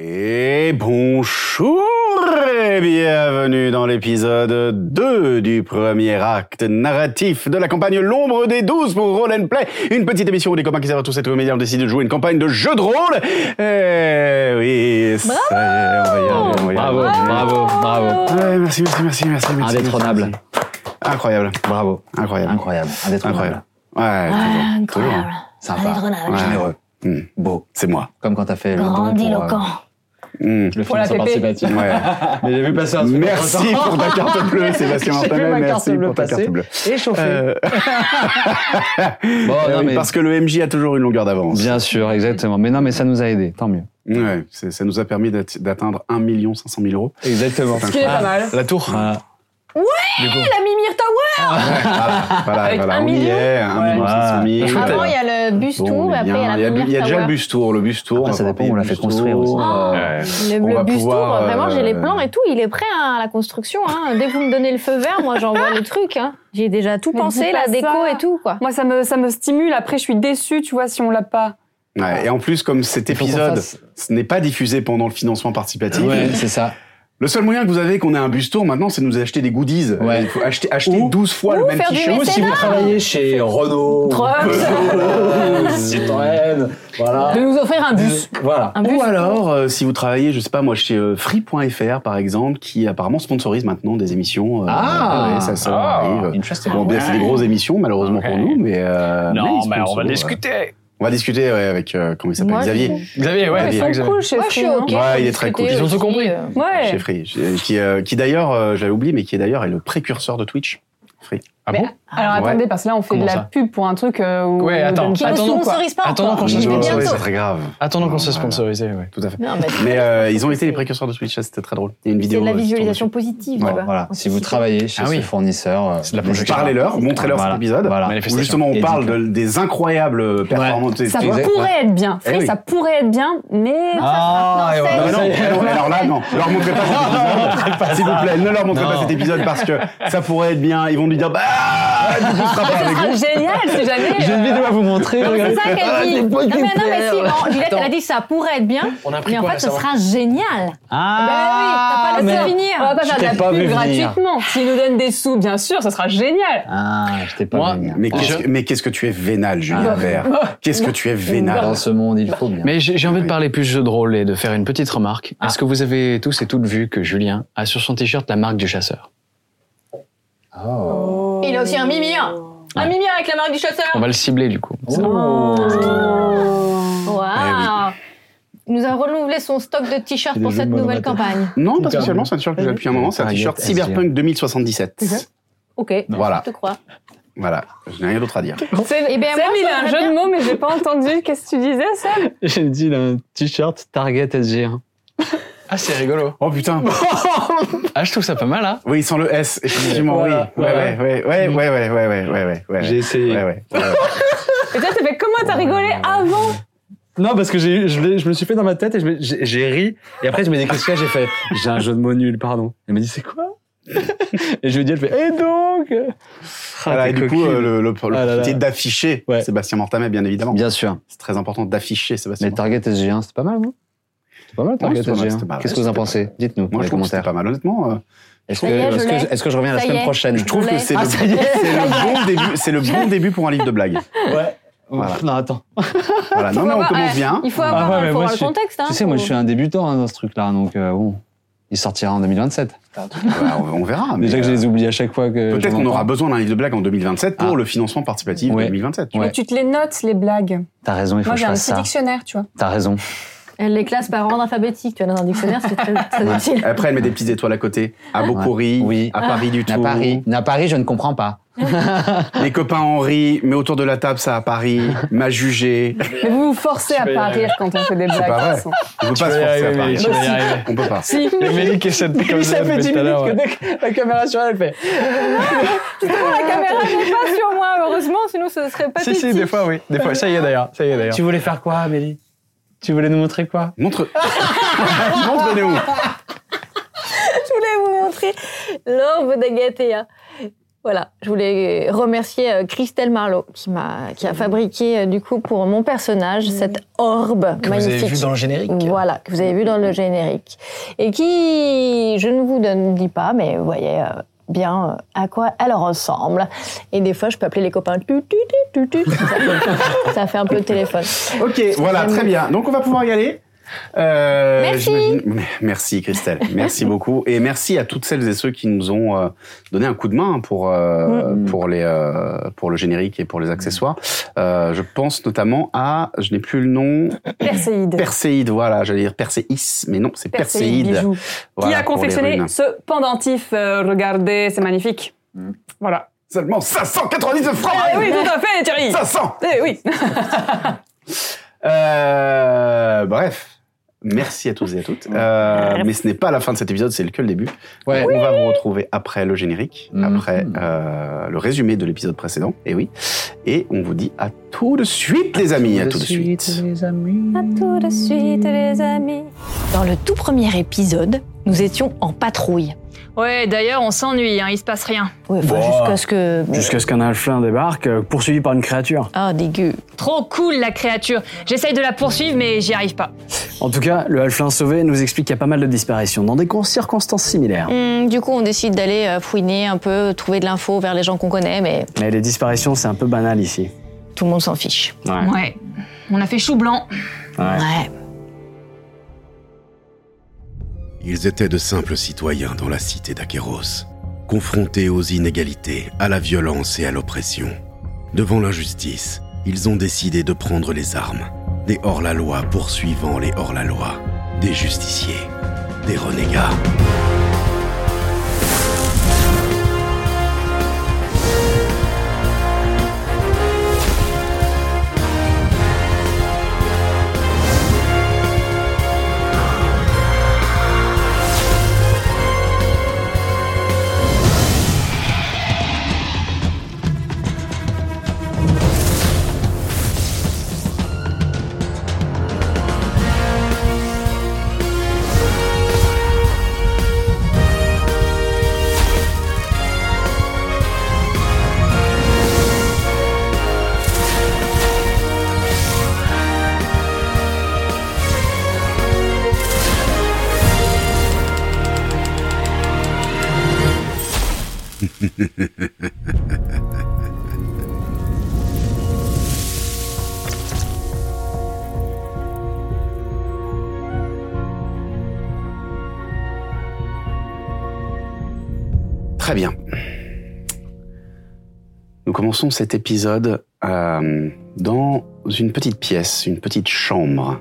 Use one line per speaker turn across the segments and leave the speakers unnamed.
Et bonjour et bienvenue dans l'épisode 2 du premier acte narratif de la campagne L'ombre des 12 pour Roll and Play, une petite émission où des copains qui savent tous être comédiens ont décidé de jouer une campagne de jeu de rôle. Eh oui, ça y est, on va y arriver, on va y
Bravo,
arriver.
bravo, bravo.
Ouais, merci, merci, merci, merci, merci.
Indétrônable.
merci, merci. Incroyable,
Bravo.
incroyable,
Incroyable. Indétrônable.
incroyable. Ouais, toujours, toujours, hein.
Sympa.
Indétrônable.
Généreux.
Hmm,
Beau.
C'est moi.
Comme quand t'as fait le don pour, euh,
Grandiloquent.
Hmm,
le
Pour
film
la
sans
PP.
participatif.
ouais.
Mais j'ai vu passer un truc.
Merci pour ta carte bleue, Sébastien
J'ai vu
Martinet.
ma carte
Merci
bleue
pour ta carte
passer.
bleue.
Échauffé.
Euh,
Bon,
Eh
non,
oui,
mais
Parce que le MJ a toujours une longueur d'avance.
bien sûr, exactement. Mais non, mais ça nous a aidé. Tant mieux.
Ouais, c'est- ça nous a permis d'at- d'atteindre 1 500 000 euros.
Exactement.
Ce qui est pas mal.
La tour
Ah,
La Mimi Tower
Ah.
Voilà, voilà,
Avec
voilà,
un
on y
million
est, 1
Ouais.
million 500 000.
Tout à
Avant,
l'heure.
il y a le bus
Bon, on
tour,
est
et après,
bien.
il y a
Oh, Il y
la
a du-
première
il y a déjà le bus tour, le bus tour.
Après,
on va
ça dépend,
porter
on
le
l'a fait
bus
construire
tour.
aussi.
Ouais.
Le,
On
le
va
bus tour,
pouvoir,
vraiment, j'ai les
euh,
plans et tout, il est prêt hein, à la construction. hein. Dès que vous me donnez le feu vert, moi, j'envoie le truc. hein. J'ai déjà tout
Mais
pensé,
dis pas
la déco
ça.
et tout, quoi.
Moi, ça me, ça me stimule. Après, je suis déçue, tu vois, si on l'a pas.
Ouais, Et en plus, comme cet
Il faut qu'on
épisode
fasse-
ce n'est pas diffusé pendant le financement participatif,
Ouais, c'est ça.
le seul moyen que vous avez qu'on ait un bus tour maintenant, c'est de nous acheter des goodies.
Ouais.
Il faut acheter, acheter
Ou-
12 fois le
ou
même
faire du
t-shirt.
Mais mécénat. c'est
vous travaillez chez Renault,
Trucks.
Peugeot, Citroën, voilà.
De nous offrir un bus.
Euh,
Voilà.
Un bus
Ou alors, euh, si vous travaillez, je sais pas moi, chez euh, Free.fr par exemple, qui apparemment sponsorise maintenant des émissions. euh,
Ah.
ouais, ça, ça
Ah.
arrive.
Interesting.
Bon, bien, c'est des grosses émissions malheureusement pour
Ouais.
nous, mais euh, mais ils
Non, mais on
sponsorisent,
va
ouais.
discuter.
On va discuter ouais, avec euh, comment il s'appelle
Moi,
Xavier
je-
Xavier, ouais.
euh, Ouais,
Ils sont
Xavier.
cool chez
Moi, je suis
Free, hein.
OK.
Ouais,
pour
il est très cool.
discuter
Ils ont tout
aussi,
compris.
euh.
Ouais.
chez Free, chez- qui, euh, qui d'ailleurs, euh, je l'avais oublié, mais qui d'ailleurs est le précurseur de Twitch.
Ah
Mais-
bon
Alors
Ouais.
attendez, parce que là, on fait
Comment
de la
ça
pub pour un truc euh, où.
Ouais,
on
attends.
donne-
Qui ne
Attendons, quoi.
sponsorise pas
Attendons
encore,
qu'on
mais
change de
Ouais,
bientôt.
Ah, c'est très grave.
Attendons qu'on
Voilà.
se sponsorise, ouais.
Tout à fait.
Non, mais
Mais euh, ils ont été les précurseurs de Twitch, ça c'était très drôle. Il y a une
c'est
vidéo.
de la
euh, qui tourne
visualisation
dessus.
positive.
Ouais,
tu vois.
Voilà. Si vous travaillez chez
Ah oui.
ce fournisseur, euh,
C'est de la projection.
Parlez-leur, montrez-leur
Voilà.
cet épisode.
Voilà.
Où
Manifestation.
justement, on
Et
parle
dites-le.
de- des incroyables euh, performances.
Ça
Exact.
pourrait être bien. Free,
Eh oui.
ça pourrait être bien, mais.
Ah, et
Non,
voilà.
mais non,
Ça y est.
alors, alors là, non, leur montrez pas cet épisode. S'il vous plaît, ne leur montrez
Non.
pas cet épisode parce que ça pourrait être bien. Ils vont lui dire, bah, du coup, ce sera pas
Ça
avec
sera
vous.
génial si jamais.
J'ai
euh,
une vidéo à vous montrer.
C'est
regardez.
ça
Ah,
qu'elle dit.
c'est
Non,
pas
mais
du
non, mais
Pierre.
si, non, Juliette, elle a
Attends.
dit ça pourrait être bien,
On a pris
mais en
quoi
fait, ce
récemment
sera génial.
Ah,
Ben oui, t'as pas
mais-
laissé finir.
On va bah pas
Je
faire de
t'ai
la
pas vu
pub
venir.
gratuitement. S'ils nous donnent des sous, bien sûr, ça sera génial.
Ah, je t'ai
Moi,
pas vu venir.
Mais qu'est-ce
Je-
que- mais qu'est-ce que tu es vénal, Julien
Ah.
Vert Qu'est-ce que tu es vénal
Dans ce monde, il faut bien.
Mais j'ai j'ai envie de
Oui.
parler plus jeu de rôle et de faire une petite remarque.
Ah.
Est-ce que vous avez tous et toutes vu que Julien a sur son t-shirt la marque du chasseur
Oh.
Il a aussi un mimir. Un mimir avec la marque du chasseur.
On va le cibler du coup. Eh
Waouh. Nous avons renouvelé son stock de t-shirts
Des
pour
jeux
cette
de mots
nouvelle
dans ma
campagne.
Non, pas spécialement, c'est un t-shirt que j'ai depuis un moment, c'est un t-shirt
Ah,
Cyberpunk 2077.
Mhm.
Ok,
Voilà.
je te crois.
Voilà, je n'ai rien d'autre à dire.
C'est-
Eh bien,
Sam,
moi,
il a un
j'aimerais
jeu
bien-
de mots, mais j'ai pas entendu. Qu'est-ce que tu disais, Sam
J'ai dit, il a un t-shirt Target
hein.
SG1. Ah, c'est rigolo.
Oh putain
Ah, je trouve ça pas mal, hein
Oui, sans le S, effectivement, oui.
Voilà,
Ouais, ouais, ouais, ouais, ouais, ouais, ouais, ouais, ouais, ouais, ouais.
J'ai Ah, essayé.
Ouais, ouais.
Et toi, t'as fait comment T'as rigolé
Ah,
avant
Non, parce que j'ai, je, l'ai- je me suis fait dans ma tête et je me- j'ai j'ai ri. Et après, je me dis, qu'est-ce que j'ai fait J'ai un jeu de mots nul, pardon. Elle m'a dit, c'est quoi Et je lui ai dit, elle fait, et donc Ah,
Voilà,
t'es
et du coup,
coquine.
euh, le, le,
Ah là là.
l'opportunité d'afficher
Ouais.
Sébastien Mortamet, bien évidemment.
Bien sûr.
C'est très important d'afficher Sébastien
Mais Target SG1, c'était pas mal, non C'était pas mal, Target
c'était pas mal, c'était
SG1.
pas mal.
Qu'est-ce que vous en
C'était
pensez Dites-nous dans
Moi, je
les
trouve que c'était
commentaires.
pas mal, honnêtement. euh,
Est-ce que,
Ça y est, je
est-ce, que,
l'ai.
est-ce que je reviens la
Ça y
semaine
est.
prochaine
Je trouve
On
que
l'est.
c'est
Ah,
le,
ça y est.
c'est le bon début, c'est le bon début pour un livre de blagues.
Ouais.
Voilà.
Non, attends.
Voilà. Non, mais on commence bien.
Il faut avoir,
ouais, mais
faut
moi,
avoir
je
le
suis-
contexte. Hein,
Tu sais, moi,
faut-
je suis un débutant hein, dans ce truc-là, donc euh, bon. Il sortira en 2027.
Voilà, on, on verra. mais,
Déjà que je
euh,
les oublie à chaque fois que.
Peut-être
j'en
qu'on aura
entends.
besoin d'un livre de blagues en 2027 pour
Ah.
le financement participatif
Ouais.
de 2027. tu
Ouais.
Et Tu te les notes, les blagues.
T'as raison, il faut
Moi,
que
j'ai
je
un
fasse
petit
ça.
dictionnaire, tu vois.
T'as raison.
Elle les classe par ordre alphabétique. Tu vois, dans un dictionnaire, c'est très, très utile.
vois. Après, elle met des petites étoiles à côté. À Bocoury,
Oui.
à Paris du
À
Tour.
Paris. À Paris, je ne comprends pas.
Les copains Henri, mais autour de la table, ça à Paris. M'a jugé.
Mais vous vous forcez à
peux y
pas
arriver.
rire quand on fait des blagues.
pas
de
vrai.
toute façon.
On peut pas se
Ah,
forcer à Paris.
tu vas y arriver.
On peut pas.
Si.
Et Mélie qui essaie de comme ça depuis tout à l'heure, ouais.
que la caméra sur elle fait.
La caméra n'est pas sur moi, heureusement, sinon ce serait pas
Si, si, des fois, oui. Des fois, ça y est d'ailleurs. Ça y est d'ailleurs.
Tu voulais faire quoi, Amélie
Tu voulais nous montrer quoi
Montre. Montre-nous.
Je voulais vous montrer l'orbe d'Agathea. Voilà, je voulais remercier euh, Christelle Marlowe qui m'a qui a fabriqué euh, du coup pour mon personnage cette orbe
que vous
magnifique.
avez vu dans le générique.
Voilà, que vous avez vu dans le générique. Et qui, je ne vous donne, dis pas, mais vous voyez euh, bien euh, à quoi elle ressemble. Et des fois, je peux appeler les copains. Tu, tu, tu, tu, tu. Ça- Ça fait un peu le téléphone.
Ok, voilà, très bien. Donc on va pouvoir y aller. Euh,
Merci.
j'imagine- Merci Christelle, merci beaucoup et merci à toutes celles et ceux qui nous ont euh, donné un coup de main pour euh, pour les euh, pour le générique et pour les accessoires. Euh, je pense notamment à je n'ai plus le nom
Perséide.
Perséide, voilà, j'allais dire Perséis, mais non c'est Perséide.
bijou.
Voilà,
qui a
pour les
confectionné
runes.
ce pendentif euh, Regardez, c'est magnifique.
Mm.
Voilà.
seulement 599 francs.
Eh oui, tout à fait, Thierry.
500.
Eh oui.
Euh, bref, merci à tous et à toutes. Euh, mais ce n'est pas la fin de cet épisode, c'est que le début.
Ouais.
On va vous retrouver après le générique,
Mhm.
après euh, le résumé de l'épisode précédent. Et oui. Et on vous dit à tout de suite, les amis. À tout de suite.
les amis.
À tout de suite, les amis. Dans le tout premier épisode, nous étions en patrouille.
Ouais, d'ailleurs, on s'ennuie, hein, il se passe rien.
Ouais, enfin,
Bah.
jusqu'à ce que.
Jusqu'à ce qu'un alflin débarque, euh, poursuivi par une créature.
Ah, dégueu.
Trop cool la créature. J'essaye de la poursuivre, mais j'y arrive pas.
En tout cas, le halflin sauvé nous explique qu'il y a pas mal de disparitions dans des con- circonstances similaires.
Hum, du coup, on décide d'aller euh, fouiner un peu, trouver de l'info vers les gens qu'on connaît, mais
Mais les disparitions, c'est un peu banal ici.
tout le monde s'en fiche.
Ouais.
Ouais. On a fait chou blanc.
Ouais.
Ouais.
Ils étaient de simples citoyens dans la cité d'Aqueros, confrontés aux inégalités, à la violence et à l'oppression. Devant l'injustice, ils ont décidé de prendre les armes, des hors-la-loi poursuivant les hors-la-loi, des justiciers, des renégats.
Très bien. Nous commençons cet épisode euh, dans une petite pièce, une petite chambre.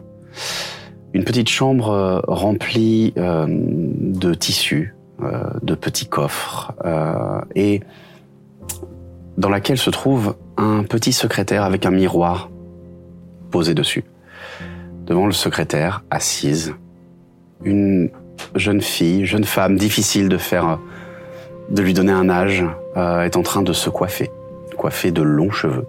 Une petite chambre euh, remplie euh, de tissus, euh, de petits coffres, euh, et dans laquelle se trouve un petit secrétaire avec un miroir posé dessus. Devant le secrétaire, assise, une jeune fille, jeune femme, difficile de faire... euh, de lui donner un âge, euh, est en train de se coiffer, coiffée de longs cheveux.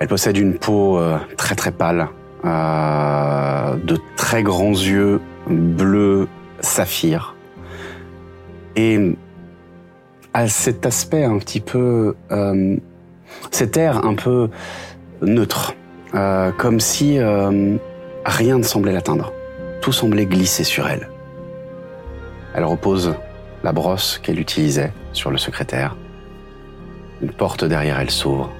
Elle possède une peau euh, très très pâle, euh, de très grands yeux bleus saphir. Et à cet aspect un petit peu, euh, cet air un peu neutre, euh, comme si euh, rien ne semblait l'atteindre. Tout semblait glisser sur elle. Elle repose la brosse qu'elle utilisait sur le secrétaire. Une porte derrière elle s'ouvre.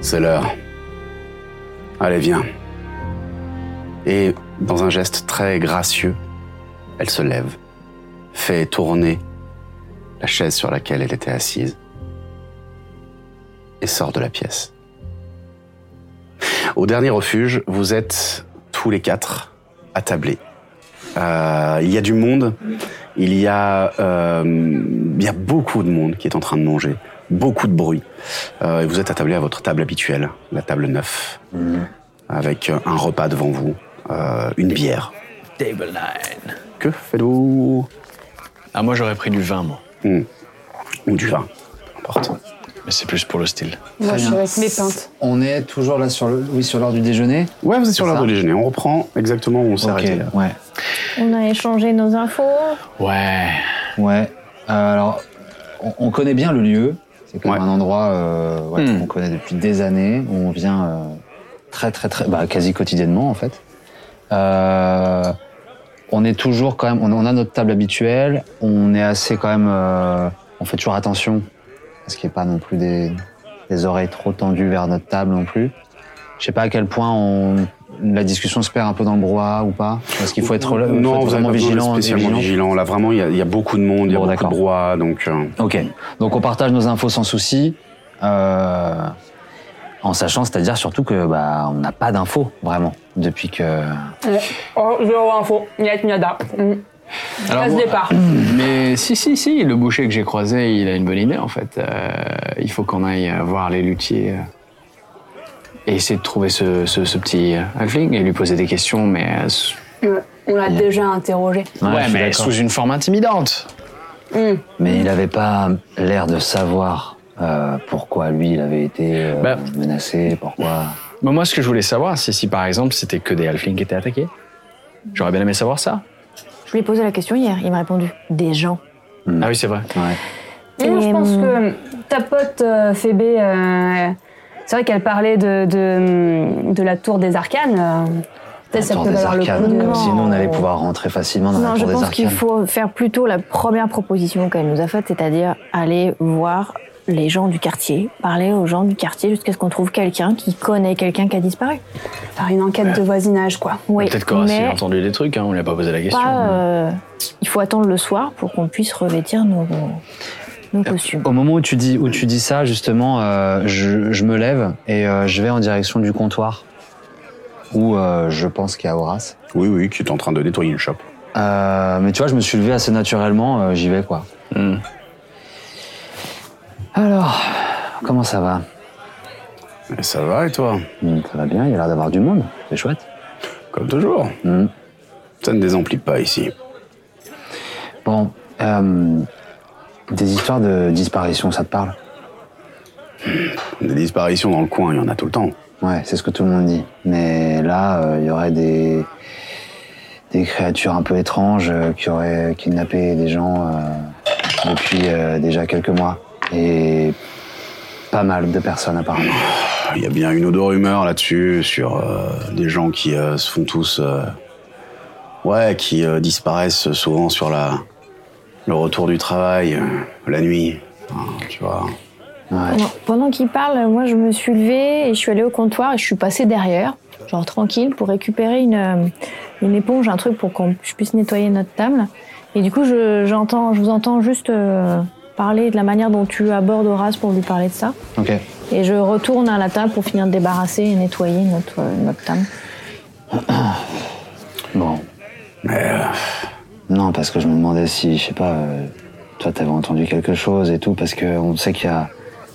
C'est l'heure. Allez, viens. Et dans un geste très gracieux, elle se lève, fait tourner la chaise sur laquelle elle était assise et sort de la pièce. Au dernier refuge, vous êtes tous les quatre attablés. Euh, il y a du monde. Il y a, euh, il y a beaucoup de monde qui est en train de manger. Beaucoup de bruit. Euh, et vous êtes attablé à votre table habituelle, la table 9. Avec euh, un repas devant vous, euh, une bière.
Table 9.
Que faites-vous Hmm.
Ah, moi j'aurais pris du vin, moi.
Ou du vin. Peu importe.
Mais c'est plus pour le style.
Moi, je suis avec mes pintes. On est toujours là sur le, oui, sur l'heure du déjeuner.
Ouais, vous êtes sur
C'est
l'heure
ça.
de déjeuner. On reprend exactement où on s'est
Ok,
arrêté.
Ouais.
On a échangé nos infos.
Ouais.
Ouais. Euh, alors, on, on connaît bien le lieu. C'est comme
Ouais.
un endroit euh, ouais,
Hmm.
qu'on connaît depuis des années, où on vient euh, très, très, très, bah, quasi quotidiennement en fait. Euh, on est toujours quand même, on, on a notre table habituelle. On est assez quand même, euh, on fait toujours attention parce qu'il n'y ait pas non plus des, des oreilles trop tendues vers notre table non plus. Je sais pas à quel point on, la discussion se perd un peu dans le brouhaha ou pas. Parce qu'il faut être, il faut
non,
être
vous
vraiment
avez
vigilant.
spécialement
vigilant.
vigilant. Là, vraiment, il y, a- il y a beaucoup de monde, il y
Bon,
a beaucoup
d'accord.
de broie, donc. euh,
Ok. Donc on partage nos infos sans souci, euh, en sachant, c'est-à-dire surtout que bah on n'a pas d'infos vraiment depuis que.
Oh, je vais avoir info. Miette, miada. Mm.
Alors,
Passe
bon,
départ.
Mm. Mais si, si, si, le boucher que j'ai croisé, il a une bonne idée en fait. Euh, il faut qu'on aille euh, voir les luthiers euh, et essayer de trouver ce, ce- ce petit euh, halfling et lui poser des questions, mais, euh, s-
On l'a déjà interrogé.
Ouais, je
ouais,
suis
mais
d'accord.
sous une forme intimidante.
Mais il n'avait pas l'air de savoir euh, pourquoi lui il avait été euh,
Bah.
menacé, pourquoi.
Mais moi, ce que je voulais savoir, c'est si par exemple c'était que des halflings qui étaient attaqués. J'aurais bien aimé savoir ça.
Je lui ai posé la question hier, il m'a répondu des gens.
Ah oui, c'est vrai.
Ouais.
Mais non, je
Et,
pense
hum,
que ta pote euh, Phébé, euh, c'est vrai qu'elle parlait de, hum, de, de la tour des arcanes. euh, Peut-être ça
Tour
peut
des
valoir le
arcanes,
coup de...
comme
Non.
si nous on allait pouvoir rentrer facilement dans
Non,
la
je
tour des
pense qu'il
arcanes.
faut faire plutôt la première proposition qu'elle nous a faite, c'est-à-dire aller voir les gens du quartier, parler aux gens du quartier jusqu'à ce qu'on trouve quelqu'un qui connaît quelqu'un qui a disparu.
Faire une enquête de voisinage, quoi.
Oui,
Peut-être qu'Horace il a
mais
entendu des trucs, hein, on lui a pas posé la question.
pas. euh, il faut attendre le soir pour qu'on puisse revêtir nos, nos costumes.
Au moment où tu dis, où tu dis ça, justement, euh, je, je me lève et euh, je vais en direction du comptoir où euh, je pense qu'il y a Horace.
Oui, oui, qui est en train de nettoyer une shop.
Euh, mais tu vois, je me suis levé assez naturellement, euh, j'y vais quoi.
Hmm.
Alors, comment ça va
Mais ça va et toi
Hmm, Ça va bien, il y a l'air d'avoir du monde, c'est chouette.
Comme toujours.
Hmm.
Ça ne désemplit pas ici.
Bon, euh, des histoires de disparition, ça te parle
Des disparitions dans le coin, il y en a tout le temps.
Ouais, c'est ce que tout le monde dit. Mais là, euh, il y aurait des, des créatures un peu étranges euh, qui auraient kidnappé des gens euh, depuis euh, déjà quelques mois. Et pas mal de personnes apparemment.
Il y a bien une ou deux rumeurs là-dessus sur euh, des gens qui euh, se font tous, euh, ouais, qui euh, disparaissent souvent sur la le retour du travail, euh, la nuit, hein, tu vois.
Ouais.
Pendant, pendant qu'il parle, moi je me suis levée et je suis allée au comptoir et je suis passée derrière, genre tranquille, pour récupérer une, euh, une éponge, un truc pour qu'on je puisse nettoyer notre table. Et du coup, je, j'entends, je vous entends juste euh, parler de la manière dont tu abordes Horace pour lui parler de ça.
Ok.
Et je retourne à la table pour finir de débarrasser et nettoyer notre, euh, notre table.
Bon. Euh. Non, parce que je me demandais si, je sais pas, euh, toi t'avais entendu quelque chose et tout, parce qu'on sait qu'il y a.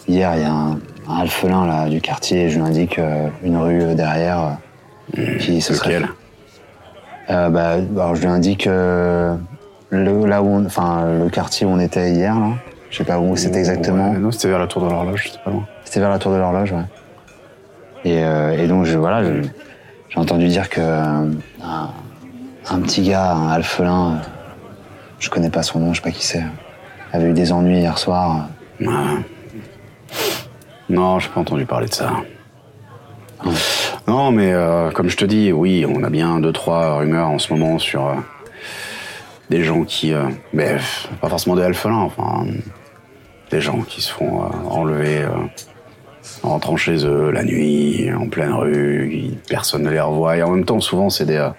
Hier, il y a un, un alphelin là du quartier, je lui indique euh, une rue euh, derrière euh, qui se serait.
Lequel
Euh, bah, alors je lui indique euh, le, là où on- enfin, le quartier où on était hier, là. Je sais pas où c'était exactement.
Ouais, Non, c'était vers la tour de l'horloge, c'était pas loin.
C'était vers la tour de l'horloge, ouais. Et, euh, et donc, je, voilà, je- j'ai entendu dire que euh, un, un petit gars, un alphelin, euh, je connais pas son nom, je sais pas qui c'est, euh, avait eu des ennuis hier soir.
Non, j'ai pas entendu parler de ça. Non, mais euh, comme je te dis, oui, on a bien deux trois rumeurs en ce moment sur euh, des gens qui, euh, mais pff, pas forcément des alphelins, enfin euh, des gens qui se font euh, enlever euh, en rentrant chez eux la nuit, en pleine rue, ils- personne ne les revoit. Et en même temps, souvent, c'est des, euh,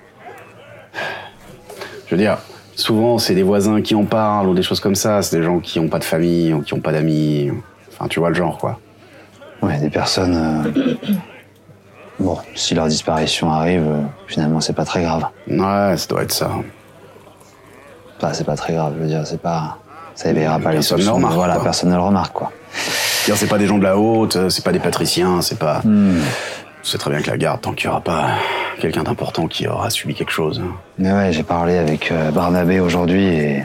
je veux dire, souvent, c'est des voisins qui en parlent ou des choses comme ça. C'est des gens qui n'ont pas de famille ou qui n'ont pas d'amis. Enfin, tu vois le genre, quoi.
Ouais, des personnes. euh, bon, si leur disparition arrive, euh, finalement, c'est pas très grave.
Ouais, ça doit être ça.
Enfin, c'est pas très grave, je veux dire, c'est pas. Ça éveillera pas les
Personne ne
soupçons.
remarque,
Voilà,
quoi.
personne ne le remarque, quoi.
Dire, c'est pas des gens de la haute, euh, c'est pas des patriciens, c'est pas.
Hmm.
C'est très bien que la garde, tant qu'il n'y aura pas quelqu'un d'important qui aura subi quelque chose. hein.
Mais ouais, j'ai parlé avec euh, Barnabé aujourd'hui et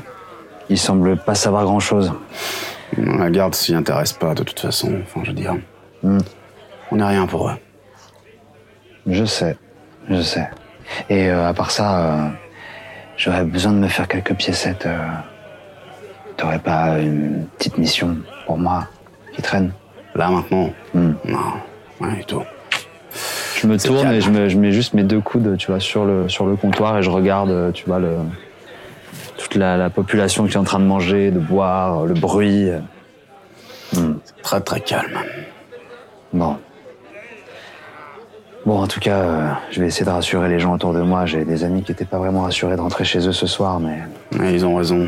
il semble pas savoir grand chose.
La garde s'y intéresse pas de toute façon, enfin je veux dire.
Hmm.
On n'est rien pour eux.
Je sais, je sais. Et euh, à part ça, euh, j'aurais besoin de me faire quelques piécettes euh, T'aurais pas une petite mission pour moi qui traîne
Là maintenant
Hmm.
Non, rien du tout.
Je me
C'est
tourne
calme.
et je, me- je mets juste mes deux coudes, tu vois, sur le, sur le comptoir et je regarde, euh, tu vois, le, toute la, la population qui est en train de manger, de boire, euh, le bruit.
Très très calme.
Bon. Bon, en tout cas, euh, je vais essayer de rassurer les gens autour de moi. J'ai des amis qui n'étaient pas vraiment rassurés de rentrer chez eux ce soir, mais
Ouais, ils ont raison.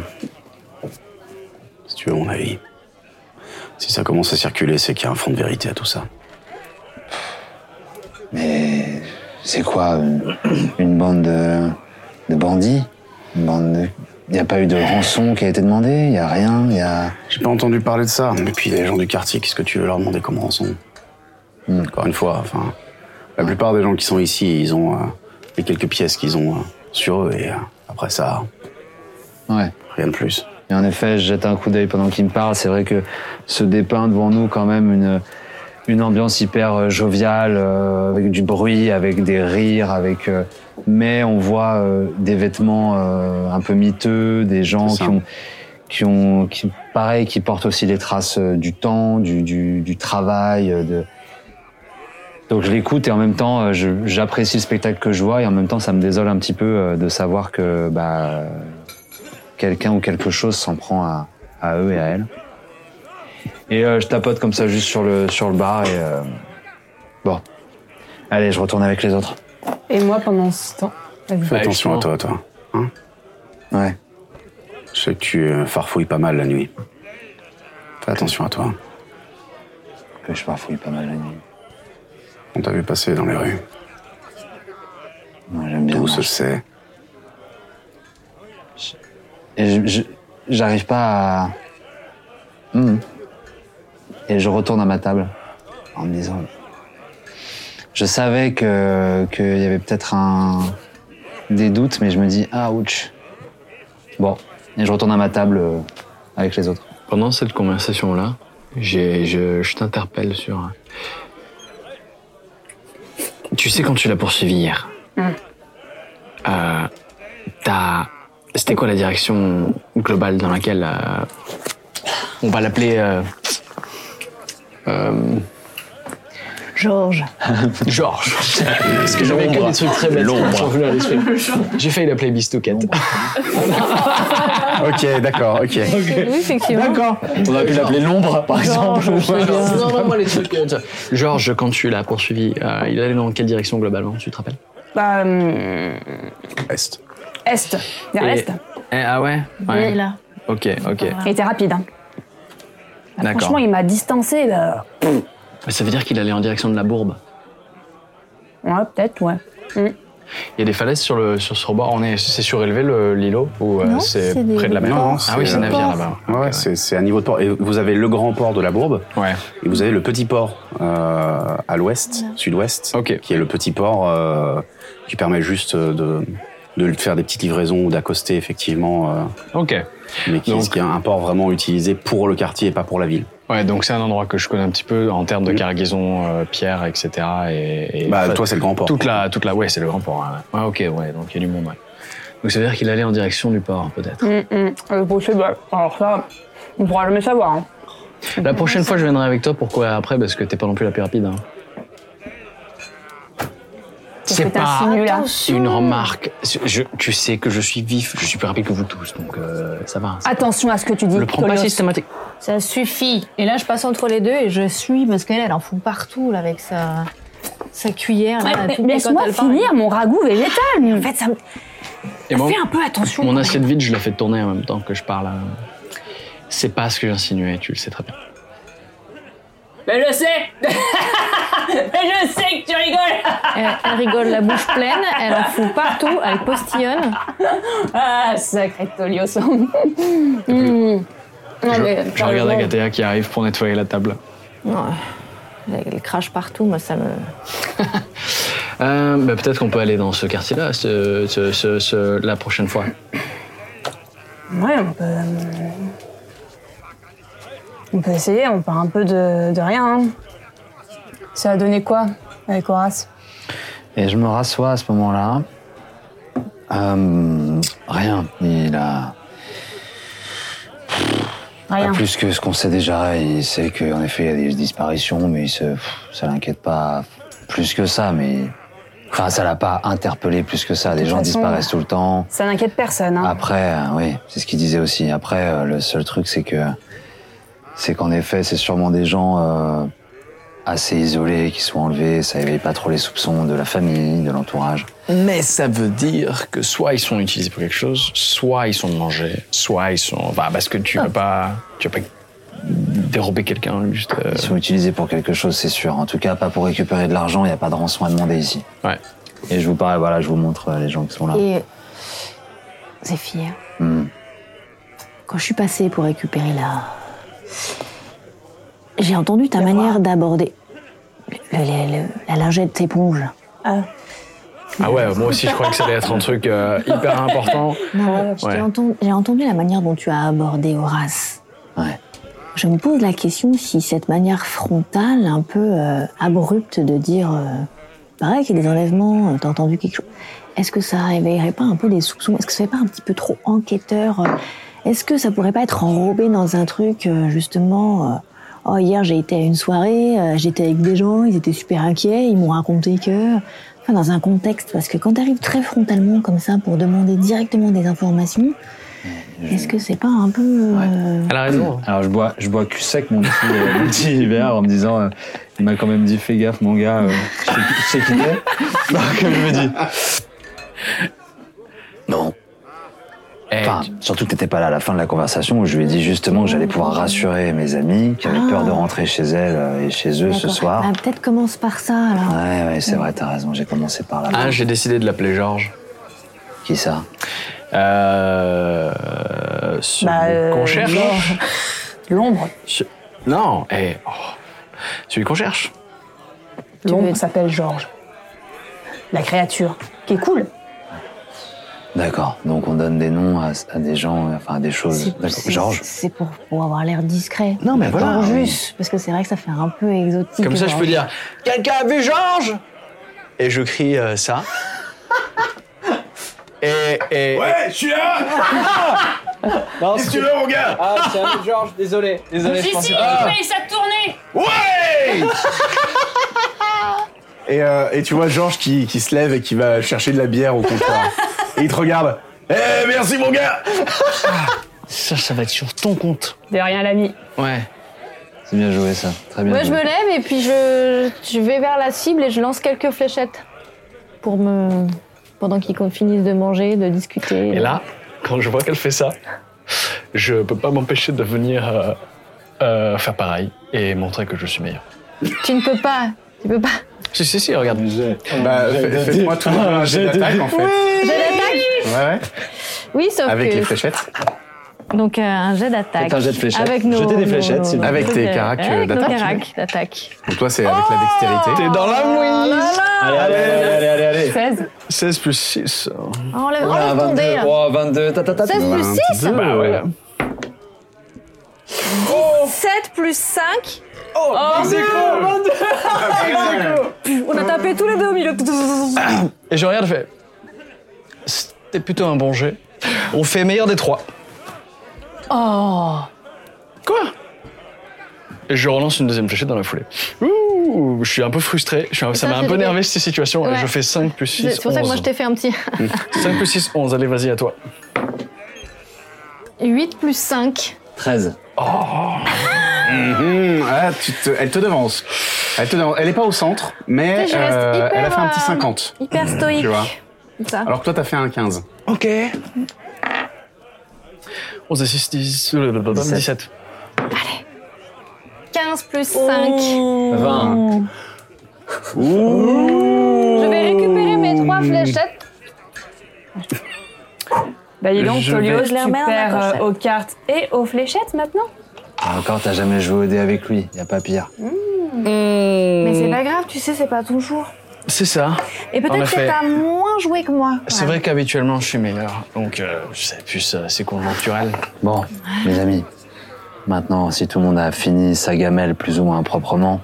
Si tu veux mon avis. Si ça commence à circuler, c'est qu'il y a un fond de vérité à tout ça.
Mais c'est quoi une, une bande de, de bandits Une bande de... Il n'y a pas eu de rançon qui a été demandée Il n'y a rien Il y a...
J'ai pas entendu parler de ça. Et puis les gens du quartier, qu'est-ce que tu veux leur demander comment en sont Encore une fois, enfin, la plupart des gens qui sont ici, ils ont euh, les quelques pièces qu'ils ont euh, sur eux et euh, après ça,
Ouais.
rien de plus.
Et en effet, je jette un coup d'œil pendant qu'il me parle. C'est vrai que se dépeint devant nous quand même une, une ambiance hyper euh, joviale, euh, avec du bruit, avec des rires, avec. euh, mais on voit euh, des vêtements euh, un peu miteux, des gens
C'est
qui
ça.
ont, qui ont, qui, pareil, qui portent aussi les traces euh, du temps, du, du, du travail. euh, de... Donc je l'écoute et en même temps, euh, je- j'apprécie le spectacle que je vois et en même temps, ça me désole un petit peu euh, de savoir que bah, quelqu'un ou quelque chose s'en prend à, à eux et à elles. Et euh, je tapote comme ça juste sur le, sur le bar et... euh, Bon. Allez, je retourne avec les autres.
Et moi, pendant ce temps.
Fais
Ouais,
attention à
Bah, justement.
toi, toi.
Ouais.
Je sais que tu euh, farfouilles pas mal la nuit. Fais attention à toi.
Que je farfouille pas mal la nuit.
On t'a vu passer dans les rues.
Moi, j'aime bien.
Tout
manger.
se sait.
Et je- je- j'arrive pas à... Hmm. Et je retourne à ma table en me disant... Je savais que qu'il y avait peut-être un des doutes, mais je me dis ah ouch. Bon, et je retourne à ma table euh, avec les autres.
Pendant cette conversation-là, j'ai- je, je t'interpelle sur. Tu sais quand tu l'as poursuivi hier euh, t'as- C'était quoi la direction globale dans laquelle. euh, on va l'appeler. euh, euh,
Georges.
Georges. Parce que j'avais que des trucs très bêtes qui sont venus à l'esprit. J'ai failli l'appeler Bistouquette.
ok, d'accord, ok.
Oui, effectivement.
On aurait pu l'appeler L'ombre, par exemple.
Georges, c'est bien.
Non, vraiment, les trucs. euh, ça. Georges, quand tu l'as poursuivi, euh, il allait dans quelle direction globalement Tu te rappelles
Bah, hum,
Est.
est, vers
Et-
l'est.
Eh, ah ouais Ouais. Ok, ok.
Il était rapide. hein. Bah,
D'accord.
franchement, il m'a distancé. Là.
Ça veut dire qu'il allait en direction de la bourbe.
Ouais, peut-être, ouais.
Il y a des falaises sur, le, sur ce rebord. On est, c'est surélevé le- l'îlot ou euh,
Non,
c'est
c'est des-
près de la mer
Non,
Ah
c'est
oui, c'est
un
navire
port.
là-bas.
Ouais,
Ok, ouais.
c'est c'est à niveau de port. Et vous avez le grand port de la Bourbe
Ouais.
et vous avez le petit port euh, à l'ouest, sud-ouest,
Ok.
qui est le petit port euh, qui permet juste euh, de, de faire des petites livraisons ou d'accoster effectivement, euh,
Ok.
mais qui,
Donc-
qui est un port vraiment utilisé pour le quartier et pas pour la ville.
Ouais, donc c'est un endroit que je connais un petit peu en termes de cargaison, euh, pierre, etc. Et, et-
Mm. Bah,
enfin,
toi, c'est le grand port.
toute la, toute la, ouais, c'est le grand port. hein. Ouais, ok, ouais, donc il y a du monde, ouais. Donc ça veut dire qu'il allait en direction du port, peut-être.
Hum, hum. Le boucher, bah, alors ça, on pourra jamais savoir. hein.
La prochaine fois, je viendrai avec toi pour courir après, parce que t'es pas non plus la plus rapide. hein.
Qu'est-ce que t'insinues, là
Une remarque. Je- tu sais que je suis vif, je suis plus rapide que vous tous, donc euh, ça va.
Attention à ce que tu dis.
Le prends pas
Tolios.
systématique.
Ça suffit. Et là, je passe entre les deux et je suis parce qu'elle, elle en fout partout là, avec sa, sa cuillère.
Ouais,
là,
mais
tout le temps, quand
Laisse-moi
elle parle. Mm.
finir mon ragoût végétal. Mais en fait, ça me
Et moi,
fait un peu attention.
mon assiette vide, je la fais tourner en même temps que je parle. hein. C'est pas ce que j'insinuais, tu le sais très bien.
Mais je sais Mais je sais que tu rigoles
Elle, elle rigole la bouche pleine, elle en fout partout, elle postillonne.
Ah, sacré Tolios.
je,
mais
je regarde Agathea qui arrive pour nettoyer la table.
Elle, elle crache partout, moi ça me.
Euh, bah, Peut-être qu'on peut aller dans ce quartier-là ce- ce- ce- ce- la prochaine fois.
Ouais, on peut. euh, On peut essayer, on part un peu de, de rien. hein. Ça a donné quoi avec Horace
Et je me rassois à ce moment-là. Euh, rien. Il a.
Rien.
Pas plus que ce qu'on sait déjà, il sait qu'en effet il y a des disparitions, mais il se, pff, ça l'inquiète pas plus que ça, mais. Enfin, ça l'a pas interpellé plus que ça. Des gens
façon,
disparaissent tout le temps.
Ça n'inquiète personne.
Ah.
Hein.
Après, euh, oui, c'est ce qu'il disait aussi. Après, euh, le seul truc, c'est que. C'est qu'en effet, c'est sûrement des gens euh, assez isolés qui sont enlevés. Ça éveille pas trop les soupçons de la famille, de l'entourage.
Mais ça veut dire que soit ils sont utilisés pour quelque chose, soit ils sont mangés, soit ils sont. Bah, parce que tu veux pas, tu veux pas dérober quelqu'un juste. euh,
Ils sont utilisés pour quelque chose, c'est sûr. En tout cas, pas pour récupérer de l'argent. Il n'y a pas de rançon à demander ici.
Ouais.
Et je vous parle, voilà, je vous montre euh, les gens qui sont là.
Et. Zéphyr,
Hmm.
quand je suis passée pour récupérer la. J'ai entendu ta manière d'aborder. le- le- le- la lingette éponge.
Ah ouais, moi aussi je crois que ça allait être un truc euh, hyper important.
Non, j'ai
Ouais.
entendu, j'ai entendu la manière dont tu as abordé Horace.
Ouais.
Je me pose la question si cette manière frontale, un peu euh, abrupte de dire euh, pareil qu'il y a des enlèvements, euh, t'as entendu quelque chose, est-ce que ça réveillerait pas un peu des soupçons Est-ce que ça fait pas un petit peu trop enquêteur euh, Est-ce que ça pourrait pas être enrobé dans un truc euh, justement euh, Oh, hier j'ai été à une soirée, euh, j'étais avec des gens, ils étaient super inquiets, ils m'ont raconté que. Enfin, dans un contexte, parce que quand t'arrives très frontalement comme ça pour demander directement des informations, est-ce que c'est pas un peu. euh,
Elle a raison.
Alors je bois, je bois cul sec mon petit, euh, mon petit verre en me disant, euh, il m'a quand même dit fais gaffe mon gars, euh, je sais qui- je sais qui t'es. Donc je me dis, non.
Eh,
Enfin, surtout que t'étais pas là à la fin de la conversation où je lui ai dit justement que j'allais pouvoir rassurer mes amis qui avaient
Ah.
peur de rentrer chez elles euh, et chez eux ce
d'accord. Ah
soir.
Bah, Peut-être commence par ça alors.
Ouais, ouais, c'est vrai, t'as raison, j'ai commencé par là.
Ah, j'ai décidé de l'appeler Georges.
Qui ça
Euh. Celui
Bah, euh,
qu'on cherche.
Georges. L'ombre.
Ce- Non, eh. oh. Celui qu'on cherche.
L'ombre s'appelle Georges. La créature. Qui est cool.
D'accord, donc on donne des noms à, à des gens, enfin à des
Euh,
choses.
C'est-
D'accord,
c'est-
Georges
C'est pour, pour avoir l'air discret.
Non, mais voilà.
Pas juste, parce que c'est vrai que ça fait un peu exotique.
Comme ça, je peux
genre.
dire Quelqu'un a vu Georges Et je crie euh, ça. et. et
Ouais, je suis là
Non,
Qu'est-ce que tu veux, mon gars
Ah, c'est un autre Georges, désolé. Désolé, je
Si,
pensais
si,
pas.
il fallait ça tourner
Ouais et, euh, et tu vois Georges qui, qui se lève et qui va chercher de la bière au comptoir. et il te regarde. Eh, merci, mon gars
Ça, ça va être sur ton compte.
De rien, l'ami.
Ouais.
C'est bien joué ça, très bien
Moi, je
joué.
me lève et puis je, je vais vers la cible et je lance quelques fléchettes pour me. Pendant qu'ils finissent de manger, de discuter.
Et là, quand je vois qu'elle fait ça, je peux pas m'empêcher de venir euh, euh, faire pareil et montrer que je suis meilleur.
Tu ne peux pas. Tu peux pas.
Si, si, si, regarde.
Bah, fais- faites-moi tout un jet d'attaque, en fait.
J'ai l'attaque
Ouais, ouais.
Oui, sauf
Avec
que.
les fléchettes.
Donc euh, un jet d'attaque.
Faites un jet de fléchettes.
Avec nos,
Jetez des
nos-
fléchettes,
nos-
s'il vous
plaît. Avec
nos
tes
caractères.
caracs, euh,
Avec nos
d'attaque.
caracs d'attaque.
Donc, toi, c'est avec la dextérité.
T'es dans
Ah
la mouise
Allez, allez, allez, allez, allez.
16.
16 plus 6.
Enlève,
Ah,
enlève ton
22,
dé. là.
oh, 22, ta, ta, ta, ta.
16 plus 6
Bah
Ah
ouais.
7 plus 5
Oh, On a tapé tous les deux au milieu.
Et je regarde, je fais. C'était plutôt un bon jet. On fait meilleur des trois.
Oh
Quoi Et je relance une deuxième fléchette dans la foulée. Ouh, je suis un peu frustré. je suis un- ça
Ça,
m'a un
j'ai
peu
rigolé.
énervé cette situation. Et
Ouais.
je fais 5 plus 6.
C'est pour ça que moi je t'ai fait un petit
5 plus 6, 11. Allez, vas-y, à toi.
8 plus 5
13.
Mhm, ah, tu te- elle te devance. Elle te devance. Elle est pas au centre, mais
Tu sais, je reste
euh,
hyper,
elle a fait un petit
euh,
50.
Hyper stoïque
Tu vois.
Comme ça.
Alors que toi, t'as fait un 15.
Ok. 11 et euh, 6, 10, 17.
15 plus
Oh.
5 Euh,
20.
Je vais récupérer mes 3 fléchettes
Bah dis donc,
Je
Tolio,
vais-
tu
Je les remets dans ma
perds
pochette.
euh, aux cartes et aux fléchettes maintenant
Ah, encore, t'as jamais joué au dé avec lui, y a pas pire.
Hmm.
Mais
Oh.
c'est pas grave, tu sais, c'est pas ton jour.
C'est ça.
Et
En
peut-être que
effet.
t'as moins joué que moi.
C'est vrai qu'habituellement, je suis meilleur. Donc, euh, c'est plus, euh, c'est conjoncturel.
Bon, mes amis, maintenant, si tout le monde a fini sa gamelle plus ou moins proprement,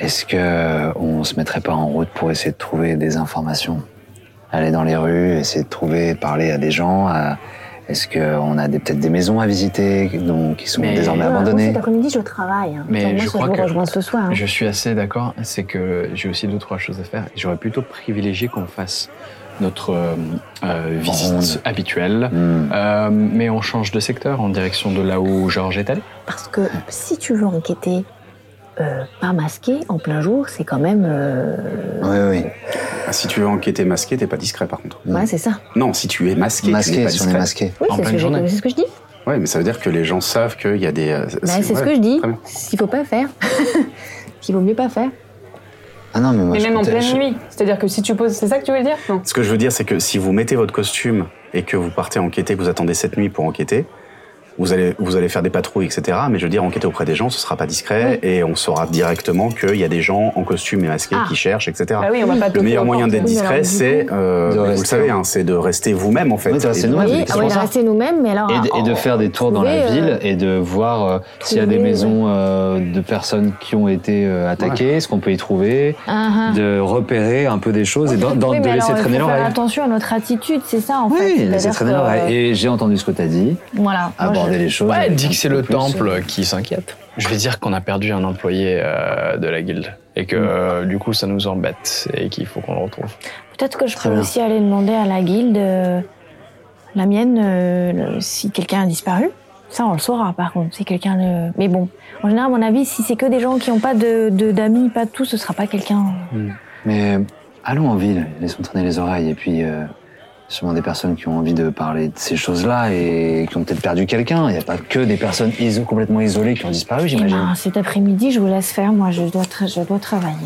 est-ce que on se mettrait pas en route pour essayer de trouver des informations Aller dans les rues, essayer de trouver, parler à des gens, à Est-ce qu'on a des- peut-être des maisons à visiter donc, qui sont
Mais-
désormais
Ouais,
Moi,
abandonnées
Cet après-midi, je travaille. hein.
Mais
Attends, moi,
je
ça,
crois
vous
que-
rejoins ce soir. hein.
Je suis assez d'accord, c'est que j'ai aussi deux trois choses à faire. J'aurais plutôt privilégié qu'on fasse notre euh, euh, visite
Ronde.
habituelle,
Hmm.
Euh, mais on change de secteur en direction de là où Georges est allé.
Parce que si tu veux enquêter euh, pas masqué, en plein jour, c'est quand même... euh,
Oui, oui.
Ah, si tu veux enquêter masqué, t'es pas discret par contre.
Mm.
Ouais, c'est ça.
Non, si tu es masqué, tu n'es
Masqué,
pas
si on est
discret.
masqué.
Oui,
En
c'est ce,
pleine
que j'ai-
journée.
c'est ce que je dis.
Ouais, mais ça veut dire que les gens savent qu'il y a des. euh,
Bah, c'est ce
ouais,
que je dis.
très bien.
S'il faut pas faire, s'il vaut mieux pas faire.
Ah non, mais moi,
Mais
je
même en
comptais-
pleine
je-
nuit. C'est-à-dire que si tu poses. C'est ça que tu veux dire Non.
Ce que je veux dire, c'est que si vous mettez votre costume et que vous partez enquêter, que vous attendez cette nuit pour enquêter, vous allez, vous allez faire des patrouilles, etc. Mais je veux dire, enquêter auprès des gens, ce sera pas discret et on saura directement qu'il y a des gens en costume et masqués
Ah.
qui cherchent, etc.
Bah oui, on va pas
Le meilleur
toquer aux
moyen
portes.
d'être
Oui, mais alors,
discret,
du
c'est, euh,
de
vous le
rester
savez,
en-
hein, c'est de rester vous-même en fait.
Oui, de rester
Et de-
nous-mêmes.
oui,
mais
ah
c'est
ouais,
pour
de
ça.
rester nous-mêmes, mais alors... oh.
Et de,
en-
et de faire des tours dans la
trouver,
ville
euh,
et de voir euh, s'il y a des
trouver,
maisons euh, de personnes qui ont été euh, attaquées, ce qu'on peut y trouver,
Ah, ah.
de repérer un peu des choses et d'en- d'en-
Oui,
de
mais
laisser
alors, il faut
traîner
faire
l'oreille.
attention à notre attitude, c'est ça en fait.
Oui,
C'est-à-dire
laisser traîner
que,
l'oreille. Et j'ai entendu ce que t'as dit,
Voilà. Moi, je-
aborder les choses.
Ouais,
avec
dit
un
que c'est
peu
le
plus,
temple
euh,
qui s'inquiète. Je vais dire qu'on a perdu un employé euh, de la guilde et que euh, du coup ça nous embête et qu'il faut qu'on le retrouve.
Peut-être que je
Très
peux
bien.
aussi aller demander à la guilde, euh, la mienne, euh, le- si quelqu'un a disparu. Ça, on le saura par contre, si quelqu'un le. Mais bon, en général, à mon avis, si c'est que des gens qui n'ont pas de de- d'amis, pas de tout, ce sera pas quelqu'un.
Mais euh, allons en ville, laissons traîner les oreilles et puis euh, sûrement des personnes qui ont envie de parler de ces choses-là et qui ont peut-être perdu quelqu'un. Il n'y a pas que des personnes iso- complètement isolées qui ont
Ah
disparu,
Eh
j'imagine.
ben, cet après-midi, je vous laisse faire, moi, je dois, tra- je dois travailler.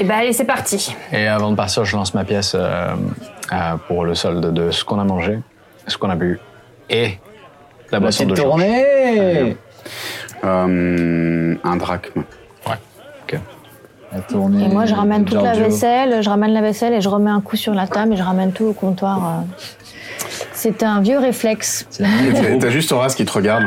Et bah allez, c'est parti.
Et avant de partir, je lance ma pièce euh, euh, pour le solde de ce qu'on a mangé, ce qu'on a bu et
bah,
la boisson de
petite
Georges.
tournée
Euh, un drachme.
La tournée
Et moi,
Mmh,
je ramène toute la
Giorgio.
vaisselle, je ramène la vaisselle et je remets un coup sur la table et je ramène tout au comptoir. euh. C'est un vieux réflexe.
C'est la nuit
Et
du
T'as
groupe.
t'as juste Horace qui te regarde.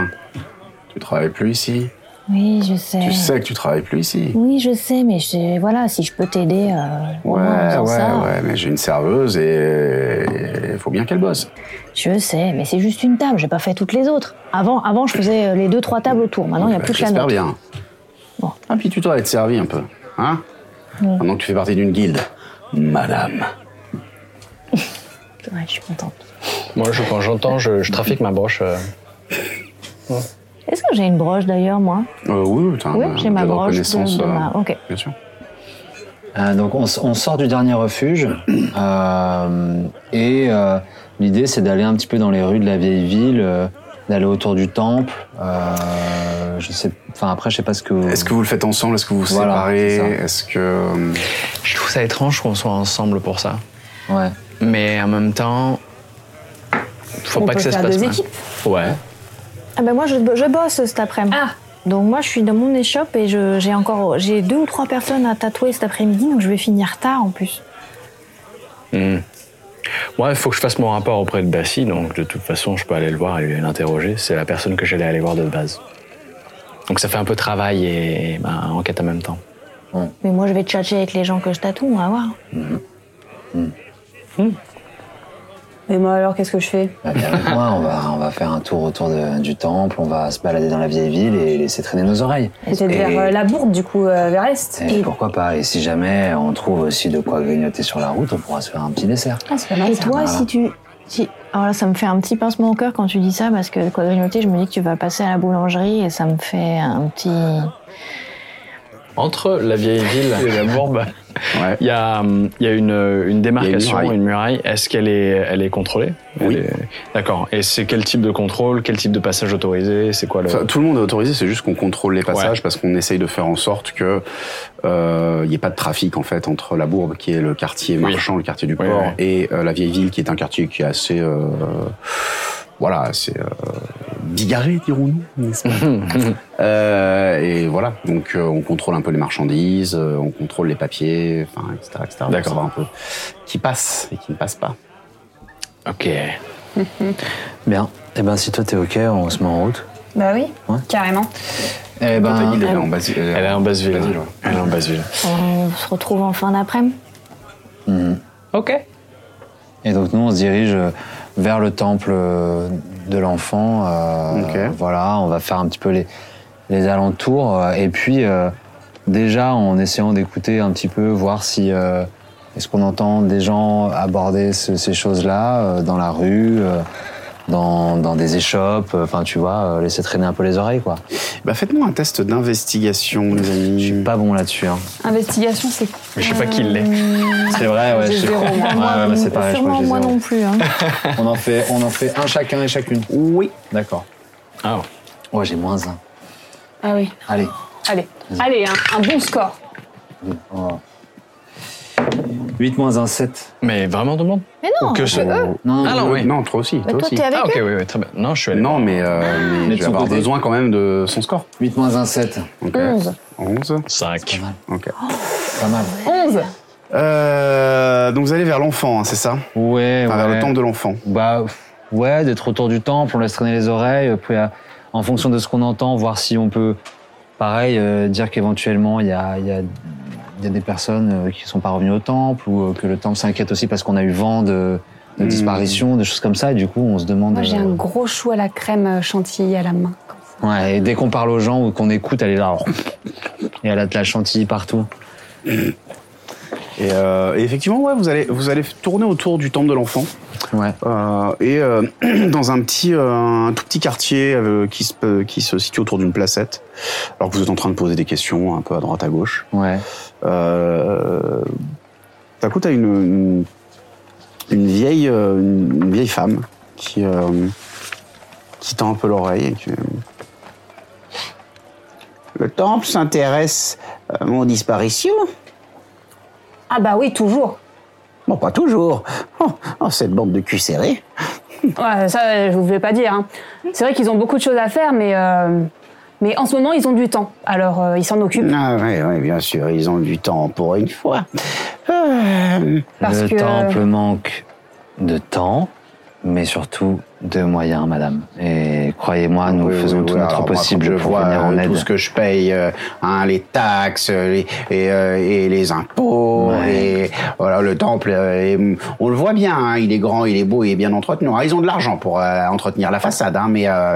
Tu travailles plus ici.
Oui, je sais.
Tu sais que tu travailles plus ici.
Oui, je sais, mais je- voilà, si je peux t'aider, euh, au
Ouais,
moins en
ouais,
faisant ça.
ouais, mais j'ai une serveuse et il faut bien qu'elle bosse.
Je sais, mais c'est juste une table, j'ai pas fait toutes les autres. Avant, avant je faisais euh, les deux, trois tables autour, maintenant il n'y a
Bah,
plus que la
J'espère
nôtre.
bien.
Bon.
Ah, puis tu dois être servi un peu, hein Pendant que tu fais partie d'une guilde. Madame.
Ouais, je suis contente.
Moi, je, quand j'entends, je, je trafique ma broche. euh,
Est-ce que j'ai une broche d'ailleurs, moi
Euh, oui, t'as un-
Oui,
un
j'ai ma
devoir de
broche. de-
reconnaissance,
de
euh,
ma- Ok.
Bien sûr.
Euh, donc on, s- on sort du dernier refuge euh, et euh, l'idée c'est d'aller un petit peu dans les rues de la vieille ville, euh, d'aller autour du temple. euh, je sais, enfin après je sais pas ce que.
Est-ce que vous le faites ensemble Est-ce que vous vous
Voilà,
séparez
c'est ça.
Est-ce que. euh,
Je trouve ça étrange qu'on soit ensemble pour ça.
Ouais.
Mais en même temps, faut
On
pas
peut
que ça se
faire
passe
deux
mal.
équipes.
Ouais.
Ah ben moi, je, je bosse cet après-midi.
Ah.
Donc moi, je suis dans mon échoppe et je- j'ai encore j'ai deux ou trois personnes à tatouer cet après-midi, donc je vais finir tard en plus.
Hmm. Ouais, il faut que je fasse mon rapport auprès de Bassi, donc de toute façon, je peux aller le voir et lui- l'interroger. C'est la personne que j'allais aller voir de base. Donc ça fait un peu travail et bah, enquête en même temps.
Mais moi, je vais tchatcher avec les gens que je tatoue, on va voir.
Et moi alors, qu'est-ce que je fais
Bah, viens avec moi, on va, on va faire un tour autour de- du temple, on va se balader dans la vieille ville et laisser traîner nos oreilles.
Peut-être
Et-
vers euh, la bourbe, du coup, euh, vers l'est.
Et pourquoi pas Et si jamais on trouve aussi de quoi grignoter sur la route, on pourra se faire un petit dessert.
Ah, c'est pas mal.
Et toi, si tu. Si... Alors là, ça me fait un petit pincement au cœur quand tu dis ça, parce que quadrignoté, je me dis que tu vas passer à la boulangerie et ça me fait un petit.
Entre la vieille ville et la bourbe,
Ouais.
il y a, hum, il y a une, une démarcation,
Il y a
une muraille. Est-ce qu'elle est, elle est contrôlée Elle
Oui.
est- D'accord. Et c'est quel type de contrôle Quel type de passage autorisé C'est quoi le.
Enfin, tout le monde est autorisé, c'est juste qu'on contrôle les passages parce qu'on essaye de faire en sorte que euh, il n'y ait pas de trafic en fait entre la Bourbe qui est le quartier
Oui.
marchand, le quartier du
Oui,
port,
oui.
et euh, la vieille ville qui est un quartier qui est assez euh, voilà, assez euh, bigarré dirons-nous, n'est-ce pas Euh, Et voilà, donc euh, on contrôle un peu les marchandises, euh, on contrôle les papiers, enfin etc. etc. pour
D'accord.
savoir un peu qui passe et qui ne passe pas.
ok.
Bien. Et ben si toi t'es ok, on se met en route.
Bah oui,
Ouais.
carrément.
Eh
Quand t'as
ben,
dit, elle est en Basi- elle est
Elle est en basse ville.
Basse-Ville, ouais.
Elle est en basse ville.
Euh, On se retrouve en fin d'après-midi.
mhm.
Ok.
Et donc nous, on se dirige euh, vers le temple euh, de l'enfant. euh,
Ok.
Voilà, on va faire un petit peu les, les alentours. euh, et puis, euh, déjà, en essayant d'écouter un petit peu, voir si. euh, est-ce qu'on entend des gens aborder ce- ces choses-là euh, dans la rue, euh, dans, dans des échoppes Enfin, tu vois, euh, laisser traîner un peu les oreilles, quoi.
Bah, faites-moi un test d'investigation, les
Je
amis.
suis pas bon là-dessus. Hein.
Investigation, c'est.
Je sais pas qui l'est.
C'est vrai, ouais.
Ah, J'ai
je sais
zéro,
pas.
moi.
Ouais, ouais, bah, c'est pareil, je crois
Sûrement
que j'ai
moi
zéro.
non plus. Hein.
On en fait, on en fait un chacun et chacune.
Oui.
D'accord.
Ah,
Ouais, j'ai moins un.
Ah oui.
Allez.
Allez, allez, un, un bon score.
8 Oh. moins 1, 7.
mais vraiment tout le monde
Mais non,
Ou que ce...
Non,
Ah non, oui.
Non, toi aussi.
mais
Toi
toi,
aussi.
t'es avec Ah.
Ah ok,
eux.
oui, oui, très bien. Non, je suis allé.
Non, mais, euh, mais
Mais de
je vais
son
avoir
côté.
besoin quand même de son score.
8 moins 1, 7.
Ok.
11.
11.
5.
Ok.
Pas mal.
11
Euh, donc vous allez vers l'enfant, hein, c'est ça
Ouais,
Enfin,
ouais.
Vers le temple de l'enfant.
Bah, pff, ouais, d'être autour du temple, on laisse traîner les oreilles. Puis, euh, en fonction de ce qu'on entend, voir si on peut, pareil, euh, dire qu'éventuellement, il y a, il y a- il y a des personnes euh, qui sont pas revenues au temple ou euh, que le temple s'inquiète aussi parce qu'on a eu vent de, de
Hmm.
disparitions, de choses comme ça. Et du coup, on se demande.
Moi, j'ai
euh,
un gros chou à la crème euh, chantilly à la main. comme ça.
Ouais, et dès qu'on parle aux gens ou qu'on écoute, elle est là. Et elle a de la chantilly partout.
Et, euh, et effectivement, ouais, vous allez, vous allez tourner autour du temple de l'enfant.
Ouais.
Euh, et euh, dans un petit, euh, un tout petit quartier euh, qui, se, euh, qui se situe autour d'une placette, alors que vous êtes en train de poser des questions un peu à droite à gauche.
Ouais.
Euh, D'un coup, t'as une, une, une vieille, euh, une, une vieille femme qui, euh, qui tend un peu l'oreille. et qui- euh, Le temple s'intéresse à mon disparition
Ah bah oui, toujours.
Bon, pas toujours. Oh, oh, cette bande de cul serrés.
Ouais, ça, euh, je vous vais pas dire. hein. C'est vrai qu'ils ont beaucoup de choses à faire, mais, euh, mais en ce moment, ils ont du temps. Alors, euh, ils s'en occupent.
Ah oui, oui, bien sûr, ils ont du temps pour une fois. Euh,
Parce
le
que-
temple manque de temps, mais surtout de moyens, madame. Et croyez-moi, nous
oui,
faisons
oui,
tout
oui,
notre
alors moi,
possible
quand je
pour
vois
venir en
euh,
aide.
tout ce que je paye, euh, hein, les taxes euh, les- et, euh, et les impôts.
Ouais.
Et, voilà, le temple, euh, est- on le voit bien, hein, il est grand, il est beau, il est bien entretenu. Ah, ils ont de l'argent pour euh, entretenir la façade, hein, mais euh,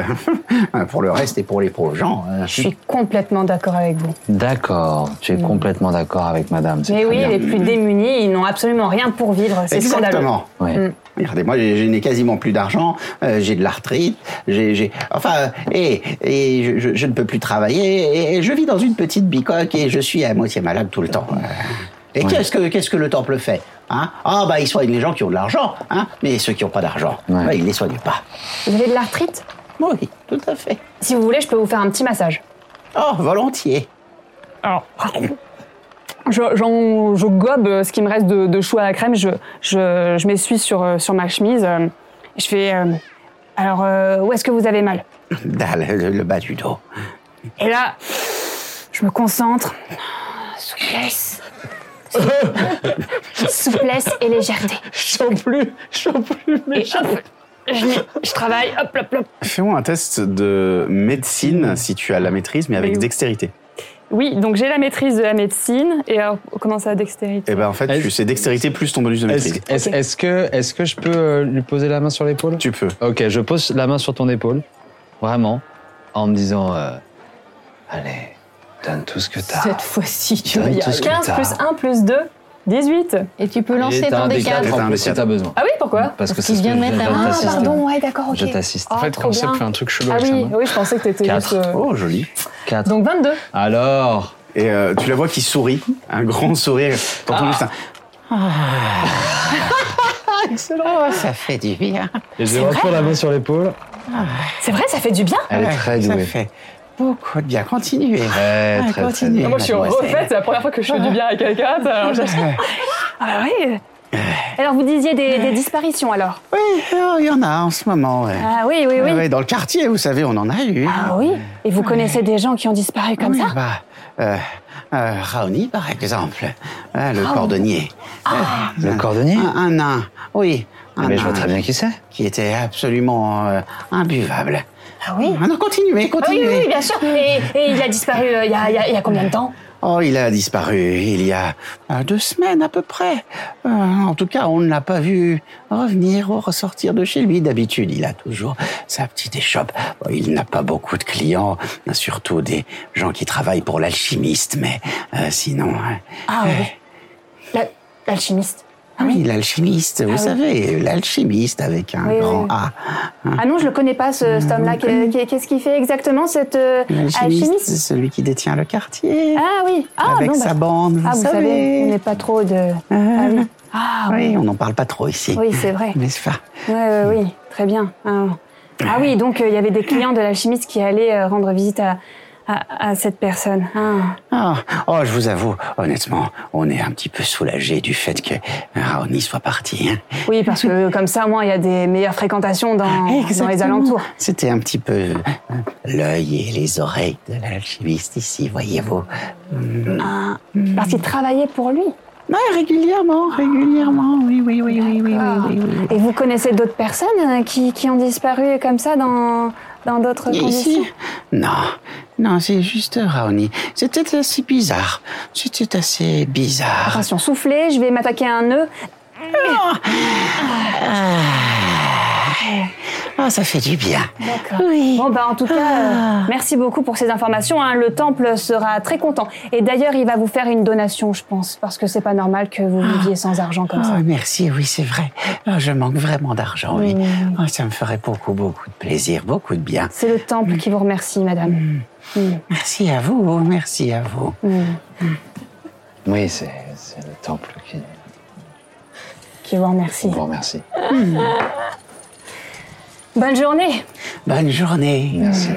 pour le reste et pour les pauvres gens. euh,
Je suis complètement d'accord avec vous.
D'accord, tu es complètement d'accord avec madame. c'est
Mm. Mais
très
oui,
bien.
les plus démunis, ils n'ont absolument rien pour vivre. C'est scandaleux.
Mm-hmm. Exactement.
Ouais.
Mm.
Regardez, moi, j'ai- je n'ai quasiment plus d'argent, euh, j'ai de l'arthrite, j'ai, j'ai, enfin, euh, et, et je, je- je ne peux plus travailler, et, je vis dans une petite bicoque et je suis à moitié malade tout le temps. Euh, Et qu'est-ce que qu'est-ce que le temple fait hein Ah bah il soigne les gens qui ont de l'argent, hein Mais ceux qui n'ont pas d'argent,
Ouais.
bah, il les soigne pas.
Vous avez de l'arthrite
Oui, tout à fait.
Si vous voulez, je peux vous faire un petit massage.
Oh, volontiers.
Je, j'en- je gobe euh, ce qui me reste de, de chou à la crème, je, je, je m'essuie sur, euh, sur ma chemise. euh, Je fais. euh, alors, euh, où est-ce que vous avez mal
Dans le, le bas du dos.
Et là, je me concentre. Souplesse. Souplesse et légèreté.
J'en plus, j'en plus, mais
Et hop, je, je travaille, hop, hop, hop.
Fais-moi un test de médecine si tu as la maîtrise, mais
avec Oui.
dextérité.
Oui, donc j'ai la maîtrise de la médecine. Et alors, comment ça, dextérité
Et ben en fait,
tu-
c'est dextérité plus ton bonus de
Est-ce est-ce- est-ce que, est que je peux euh, lui poser la main sur l'épaule
Tu peux.
Ok, je pose la main sur ton épaule, vraiment, en me disant euh, Allez, donne tout ce que t'as.
Cette fois-ci, tu vas
Donne
y
tout ce que
15
t'as.
plus 1 plus 2, 18.
Et tu peux
Et
lancer
t'as
ton
un des
décal.
quatre
T'as un
en plus
des
si
quatre.
t'as besoin.
Ah oui, pourquoi
Parce que
Parce
c'est
qu'il
ce que
vient de
je
mettre la
viens
main. Ah,
t'assister.
pardon, ouais, d'accord, ok.
Je t'assiste.
Ah,
En fait,
trop
quand on
bien.
fait un truc chelou
Ah
avec sa
oui,
main.
oui, je pensais que t'étais
Quatre.
juste. euh,
Oh, joli.
4.
Donc 22.
Alors
Et euh, tu la vois qui sourit, un grand sourire. Quand on dit ça. Excellent, ça fait du bien.
Et j'ai encore la main sur l'épaule.
C'est vrai, ça fait du bien.
Elle est très
Ça
douée.
fait beaucoup de bien. Continuez.
Très,
Ah,
très, très
continue.
douée.
Moi, je suis refaite,
c'est la première fois que je fais du bien avec quelqu'un. Ah bah oui. Alors vous disiez des, des disparitions alors
Oui, euh, il y en a en ce moment. ouais.
Ah oui, oui, oui.
Ouais, dans le quartier, vous savez, on en a eu.
Ah oui Et vous connaissez des gens qui ont disparu comme
Oui,
ça
bah, euh, euh, Raoni, par exemple. Ah, le cordonnier. Ah,
Le cordonnier
Un, un nain, oui. Un
Mais je
nain
vois très bien qui c'est.
Qui était absolument euh, imbuvable.
Ah oui
Ah non, continuez,
Ah oui,
continuez.
oui, oui, bien sûr. Et, et il a disparu euh, il y, a, il y a- il y a combien de temps
Oh, il a disparu il y a euh, deux semaines à peu près. Euh, en tout cas, on ne l'a pas vu revenir ou ressortir de chez lui. D'habitude, il a toujours sa petite échoppe. Bon, il n'a pas beaucoup de clients, surtout des gens qui travaillent pour l'alchimiste, mais euh, sinon... euh,
Ah oui. La- L'alchimiste.
ah oui, l'alchimiste, vous savez, l'alchimiste avec un
Ah Oui, oui,
grand
oui.
A.
Ah non, je le connais pas, ce, cet homme-là. Qu'est- qu'est- Qu'est-ce qu'il fait exactement, cet euh,
L'alchimiste, c'est
alchimiste
celui qui détient le quartier.
Ah oui. Ah
avec
bon, bah,
sa bande, vous
ah, vous
savez. Euh,
savez, on n'est pas trop de. Ah oui. Ah
Oui, on n'en parle pas trop ici.
oui, c'est vrai.
N'est-ce pas
Ouais,
Hmm.
ouais, oui, très bien. Ah, ah oui, donc euh, il y avait des clients de l'alchimiste qui allaient euh, rendre visite à, à, à cette personne. Ah.
Ah, oh, je vous avoue, honnêtement, on est un petit peu soulagé du fait que Raoni soit parti. hein.
Oui, parce que comme ça, au moins, il y a des meilleures fréquentations dans, dans les
Exactement.
alentours.
C'était un petit peu euh, l'œil et les oreilles de l'alchimiste ici, voyez-vous.
Ah,
Hmm.
parce qu'il travaillait pour lui.
Non, régulièrement, régulièrement, oui, oui, oui, oui, oui, oui, oui, oui.
Ah. Et vous connaissez d'autres personnes euh, qui, qui ont disparu comme ça dans dans d'autres
Et
conditions
ici Non, non, c'est juste Raoni. C'était assez bizarre. C'était assez bizarre.
Attention, soufflez, je vais m'attaquer à un nœud.
Ah, ça fait du bien.
D'accord. Bon, bah, en tout cas,
Ah.
euh, merci beaucoup pour ces informations. hein. Le temple sera très content. Et d'ailleurs, il va vous faire une donation, je pense, parce que c'est pas normal que
Ah.
vous viviez sans argent comme ça.
Oh, merci, oui, c'est vrai. Ah, je manque vraiment d'argent, oui. Ah, ça me ferait beaucoup, beaucoup de plaisir, beaucoup de bien.
C'est le temple qui vous remercie,
Mm.
madame.
Merci à vous, merci à vous.
Oui, c'est c'est le temple qui
Qui vous remercie.
vous remercie.
Bonne journée.
Bonne journée.
Merci.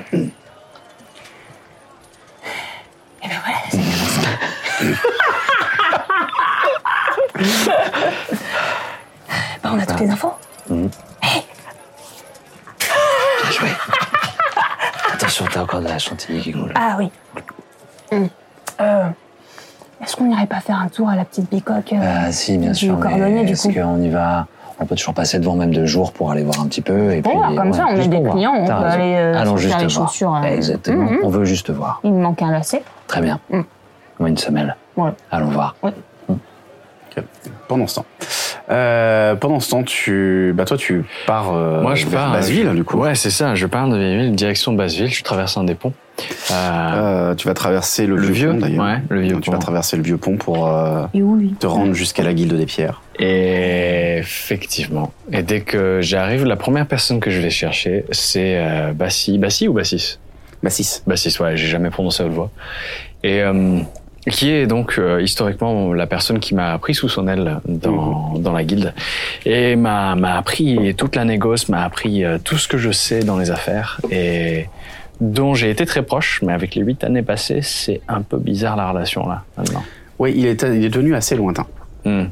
Bah, On a toutes les infos.
Bien joué. Attention, t'as encore de la chantilly qui coule.
Ah oui. Hum. Euh, Est-ce qu'on n'irait pas faire un tour à la petite bicoque euh,
Bah si, bien
du
sûr.
cordonnier,
mais
du
Est-ce
coup.
qu'on y va On peut toujours passer devant même deux jours pour aller voir un petit peu. Et
Pour
puis,
voir, comme ça, on
juste
est des
pour voir.
clients, on
T'as
peut
raison.
aller, euh,
Allons
se
juste
faire les
voir.
chaussures, euh,
Exactement.
mhm.
On veut juste voir.
Il me manque un lacet.
Très bien.
Mm.
Moi, une semelle.
Ouais.
Allons voir.
Pendant ce temps. Euh, pendant ce temps, tu. Bah, toi, tu pars. euh,
Moi, je
vers
pars.
Basseville, du coup.
Ouais, c'est ça. Je pars de Basseville, direction de Basseville. Je traverse un des ponts. Euh,
Euh, tu vas traverser le,
Le
vieux
vieux,
pont, d'ailleurs.
ouais, le vieux
tu vas
pont.
traverser le vieux pont pour euh,
Et où lui
te rendre jusqu'à la guilde des pierres.
et effectivement. Et dès que j'arrive, la première personne que je vais chercher, c'est euh, Bassi. Bassi ou Bassis
Bassis.
Bassis, ouais, j'ai jamais prononcé à haute voix. Et euh, qui est donc euh, historiquement la personne qui m'a pris sous son aile dans, dans la guilde et m'a m'a appris toute la négoce, m'a appris euh, tout ce que je sais dans les affaires et dont j'ai été très proche, mais avec les huit années passées, c'est un peu bizarre la relation là maintenant.
Oui, il est, il est devenu assez lointain,
Hmm.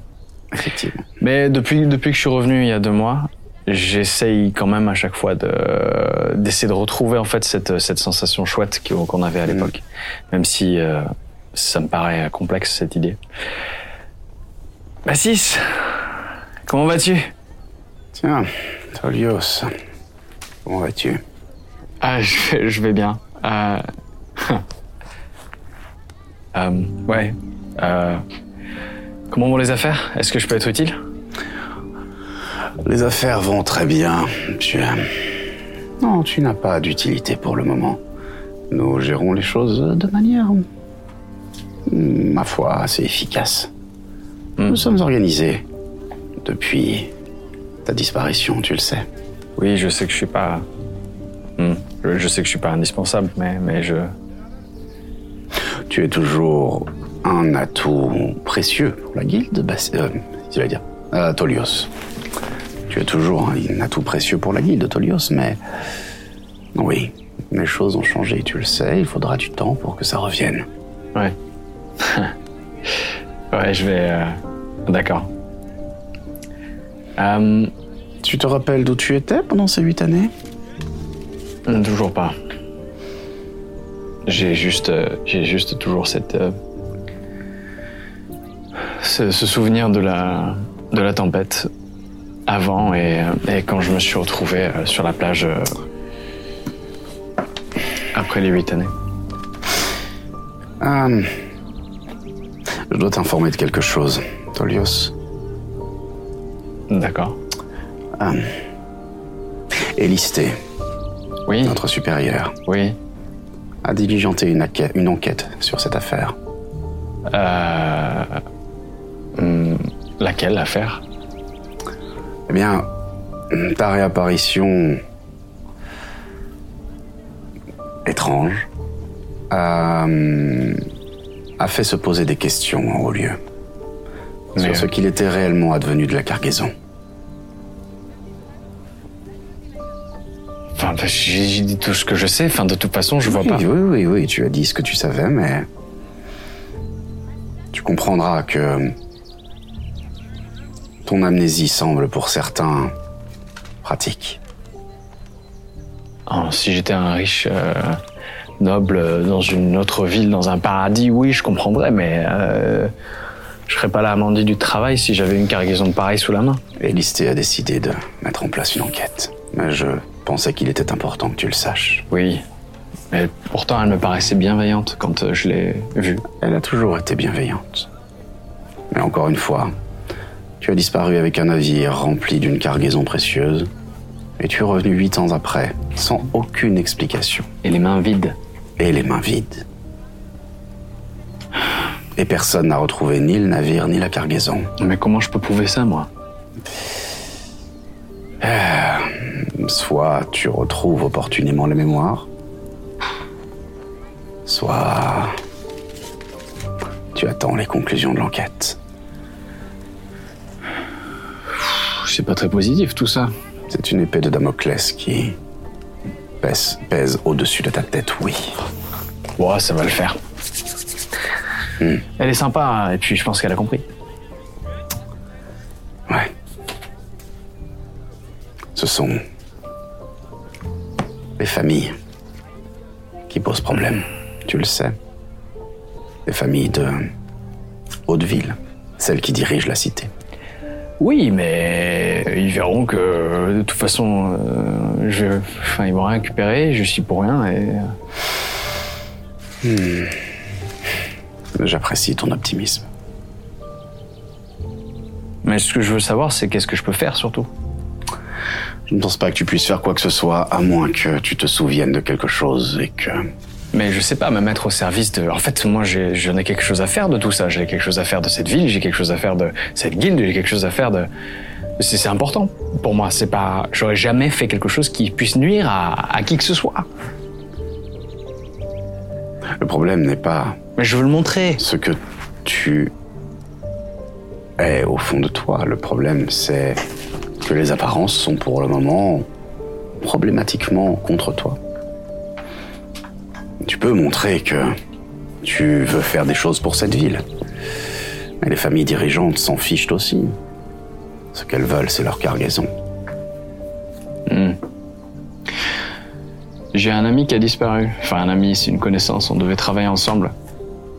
effectivement.
Mais depuis, depuis que je suis revenu il y a deux mois, j'essaye quand même à chaque fois de- d'essayer de, retrouver en fait cette, cette sensation chouette qu'on qu'on avait à l'époque. Même si euh, ça me paraît complexe cette idée. Bassis, comment vas-tu
Tiens, Tolios, comment vas-tu
Ah, je, vais- je vais bien. Euh... euh, ouais. Euh... Comment vont les affaires Est-ce que je peux être utile
Les affaires vont très bien. Tu euh, Non, tu n'as pas d'utilité pour le moment. Nous gérons les choses de manière, mm, ma foi, assez efficace. Nous sommes organisés depuis ta disparition, tu le sais.
Oui, je sais que je suis pas. Hmm. Je, je sais que je suis pas indispensable, mais, mais je.
Tu es toujours un atout précieux pour la guilde, bah, c'est- euh, je vais dire, euh, Tolios. Tu es toujours un atout précieux pour la guilde, Tolios, mais oui, les choses ont changé, tu le sais, il faudra du temps pour que ça revienne.
Ouais. ouais, je vais. euh, D'accord. Euh,
Tu te rappelles d'où tu étais pendant ces huit années
toujours pas. J'ai juste, euh, j'ai juste toujours cette. euh, ce, ce souvenir de la, de la tempête avant et, euh, et quand je me suis retrouvé euh, sur la plage euh, après les huit années.
Euh,
Hum. je dois t'informer de quelque chose, Tolios.
D'accord.
Élisté,
Mmh.
Oui,
notre supérieur,
oui.
a diligenté une, aque- une enquête sur cette affaire.
Euh, hum, laquelle affaire
Eh bien, ta réapparition étrange euh, a fait se poser des questions en haut lieu sur
Mais- euh,
ce qu'il était réellement advenu de la cargaison.
Enfin, bah, j'ai j'ai dit tout ce que je sais. Enfin, de toute façon, je vois
oui,
pas.
Oui, oui, oui, tu as dit ce que tu savais, mais tu comprendras que ton amnésie semble pour certains pratique.
Oh, si j'étais un riche euh, noble euh, dans une autre ville, dans un paradis, oui, je comprendrais, mais euh, je serais pas la Amandie du travail si j'avais une cargaison de pareil sous la main.
Et Listé a décidé de mettre en place une enquête. Mais je pensais qu'il était important que tu le saches.
Oui. Mais pourtant, elle me paraissait bienveillante quand euh, je l'ai vue.
Elle a toujours été bienveillante. Mais encore une fois, tu as disparu avec un navire rempli d'une cargaison précieuse, et tu es revenu huit ans après, sans aucune explication.
Et les mains vides.
et les mains vides. Et personne n'a retrouvé ni le navire ni la cargaison.
Mais comment je peux prouver ça, moi
Soit tu retrouves opportunément les mémoires, soit tu attends les conclusions de l'enquête.
Pff, C'est pas très positif, tout ça.
C'est une épée de Damoclès qui pèse, pèse au-dessus de ta tête, oui.
Ouais, ça va le faire. Elle est sympa, et puis je pense qu'elle a compris.
Ouais. Ce sont les familles qui posent problème, tu le sais. Les familles de Hauteville, celles qui dirigent la cité.
Oui, mais ils verront que de toute façon, euh, je, enfin, ils m'ont rien récupéré, je suis pour rien. Et...
J'apprécie ton optimisme.
Mais ce que je veux savoir, c'est qu'est-ce que je peux faire surtout.
Je ne pense pas que tu puisses faire quoi que ce soit, à moins que tu te souviennes de quelque chose et que...
Mais je sais pas, me mettre au service de. En fait, moi, j'ai- j'en ai, quelque chose à faire de tout ça. J'ai quelque chose à faire de cette ville, j'ai quelque chose à faire de cette guilde, j'ai quelque chose à faire de. C'est c'est important pour moi. C'est pas. Ah, J'aurais jamais fait quelque chose qui puisse nuire à, à qui que ce soit.
Le problème n'est pas
Mais je veux le montrer.
ce que tu es au fond de toi. Le problème, c'est que les apparences sont pour le moment problématiquement contre toi. Tu peux montrer que tu veux faire des choses pour cette ville. Mais les familles dirigeantes s'en fichent aussi. Ce qu'elles veulent, c'est leur cargaison.
hmm. J'ai un ami qui a disparu. Enfin, un ami, c'est une connaissance, on devait travailler ensemble.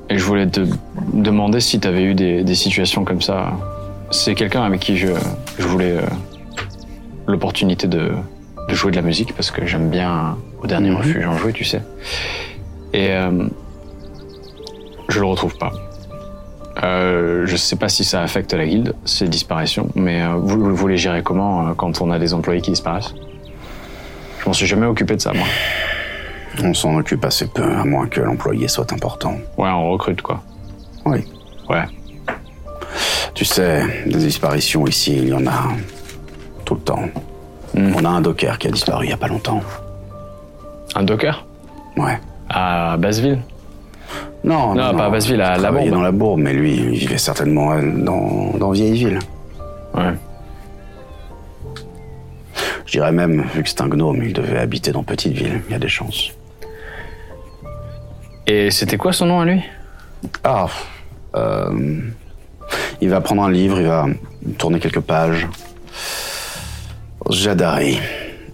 Et je voulais te demander si t'avais eu des, des situations comme ça. C'est quelqu'un avec qui je, je voulais euh, l'opportunité de, de jouer de la musique parce que j'aime bien au dernier
Mhm.
refuge en jouer, tu sais. Et euh, je le retrouve pas. Euh, je sais pas si ça affecte la guilde, ces disparitions, mais euh, vous, vous les gérez comment euh, quand on a des employés qui disparaissent Je m'en suis jamais occupé de ça, moi.
On s'en occupe assez peu, à moins que l'employé soit important.
Ouais, on recrute quoi.
Oui.
Ouais.
Tu sais, des disparitions ici, il y en a tout le temps.
Hmm.
On a un docker qui a disparu il n'y a pas longtemps.
Un docker
Ouais.
À Basseville
Non,
Non, pas à Basseville, à
Il
La
travaillait
Bourbe.
dans la Bourbe, mais lui, il vivait certainement euh, dans, dans Vieille-Ville.
Ouais.
Je dirais même, vu que c'est un gnome, il devait habiter dans Petite-Ville. Il y a des chances.
Et c'était quoi son nom à lui
Ah, euh, il va prendre un livre, il va tourner quelques pages. Jadari.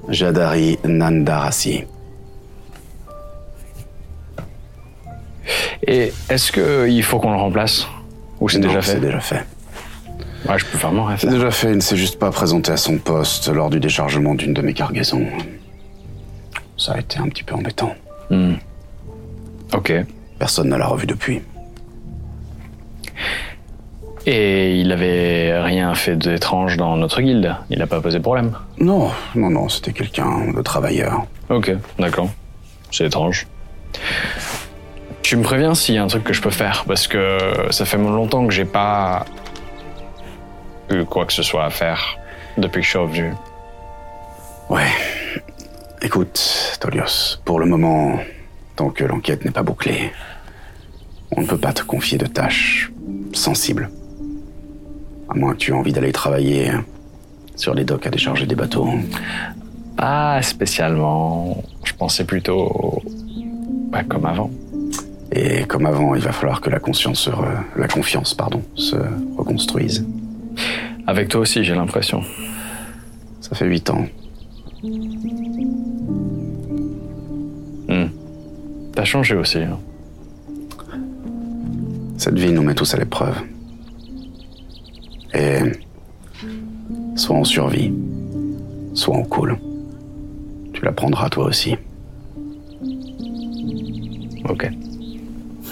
Jadari Nandarasi.
Et est-ce que il faut qu'on le remplace Ou c'est
Non,
déjà fait
C'est déjà fait.
Ouais, je peux faire mon rêve.
C'est déjà fait, il ne s'est juste pas présenté à son poste lors du déchargement d'une de mes cargaisons. Ça a été un petit peu embêtant.
Hmm. Ok.
Personne ne l'a revu depuis.
Et il avait rien fait d'étrange dans notre guilde. Il n'a pas posé problème.
Non, non, non, c'était quelqu'un de travailleur.
Ok, d'accord. C'est étrange. Tu me préviens s'il y a un truc que je peux faire, parce que ça fait longtemps que j'ai pas eu quoi que ce soit à faire depuis que je suis revenu.
Ouais. Écoute, Tolios, pour le moment, tant que l'enquête n'est pas bouclée, on ne peut pas te confier de tâches sensibles. À moins que tu aies envie d'aller travailler sur les docks à décharger des bateaux.
Pas Ah, spécialement. Je pensais plutôt pas comme avant.
Et comme avant, il va falloir que la conscience se re- la confiance, pardon, se reconstruise.
Avec toi aussi, j'ai l'impression.
Ça fait huit ans.
T'as changé aussi. hein.
Cette vie nous met tous à l'épreuve. Et soit on survit, soit on coule. Tu l'apprendras toi aussi.
Ok.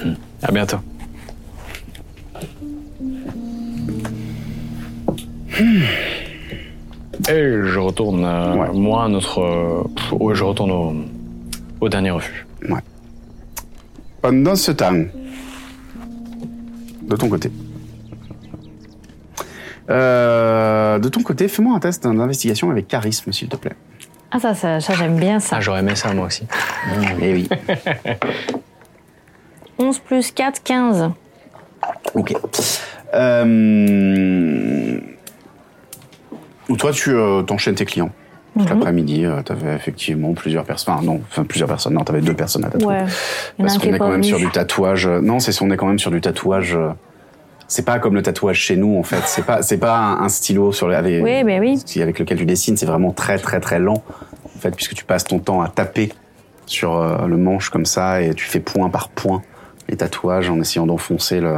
Hmm. À bientôt. Hmm. Et je retourne, euh,
Ouais.
moi, à notre. euh, pff, ouais, je retourne au, au dernier refuge.
Pendant ce temps, de ton côté. Euh, de ton côté, fais-moi un test d'investigation avec charisme, s'il te plaît.
Ah, ça, ça, ça, j'aime bien ça.
Ah, j'aurais aimé ça, moi aussi.
Eh oui.
11 plus 4, 15.
Ok. Euh, Ou toi, tu euh, t'enchaînes tes clients. Tout
Mhm.
l'après-midi, euh, t'avais effectivement plusieurs personnes. Enfin, non, enfin, plusieurs personnes. Non, t'avais deux personnes à tatouer.
Ouais. Il y en a
Parce
un qui
qu'on
est
est quand
pas
même sur
venu.
du tatouage. euh, Non, c'est on est quand même sur du tatouage. euh, C'est pas comme le tatouage chez nous, en fait. C'est pas, c'est pas un, un stylo sur le- avec,
Oui,
ben
mais oui.
qui- avec lequel tu dessines. C'est vraiment très, très, très lent, en fait, puisque tu passes ton temps à taper sur euh, le manche comme ça et tu fais point par point les tatouages en essayant d'enfoncer le,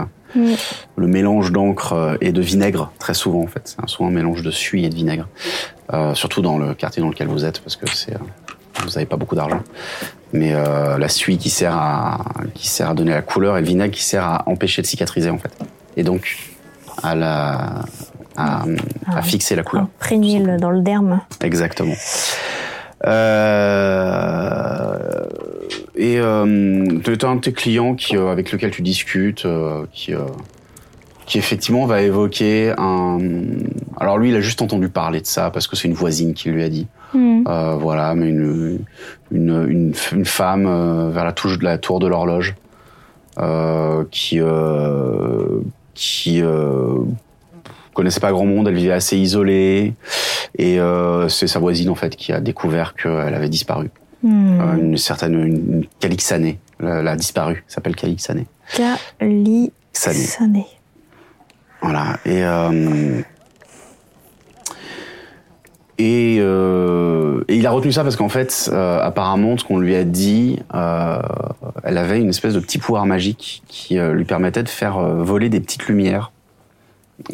le mélange d'encre euh, et de vinaigre, très souvent en fait. C'est un- souvent un mélange de suie et de vinaigre. Euh, surtout dans le quartier dans lequel vous êtes, parce que c'est, euh, vous n'avez pas beaucoup d'argent. Mais euh, la suie qui sert, à, qui sert à donner la couleur et le vinaigre qui sert à empêcher de cicatriser en fait. Et donc à, la, à, à fixer la couleur.
Imprégné le- dans le derme.
Exactement. Euh, et euh, t'as un de tes clients qui, euh, avec lequel tu discutes, euh, qui, euh, qui effectivement va évoquer un. Alors lui, il a juste entendu parler de ça parce que c'est une voisine qui lui a dit. Euh, voilà, mais une, une, une, une femme euh, vers la, touche, de la tour de l'horloge euh, qui euh, qui euh, connaissait pas grand monde, elle vivait assez isolée et euh, c'est sa voisine en fait qui a découvert qu'elle avait disparu. Euh, une certaine une une Calixané, la, la disparue, s'appelle Calixané.
Cali.
Sané.
Sané.
Voilà. Et euh, et, euh, et il a retenu ça parce qu'en fait, euh, apparemment, ce qu'on lui a dit, euh, elle avait une espèce de petit pouvoir magique qui euh, lui permettait de faire euh, voler des petites lumières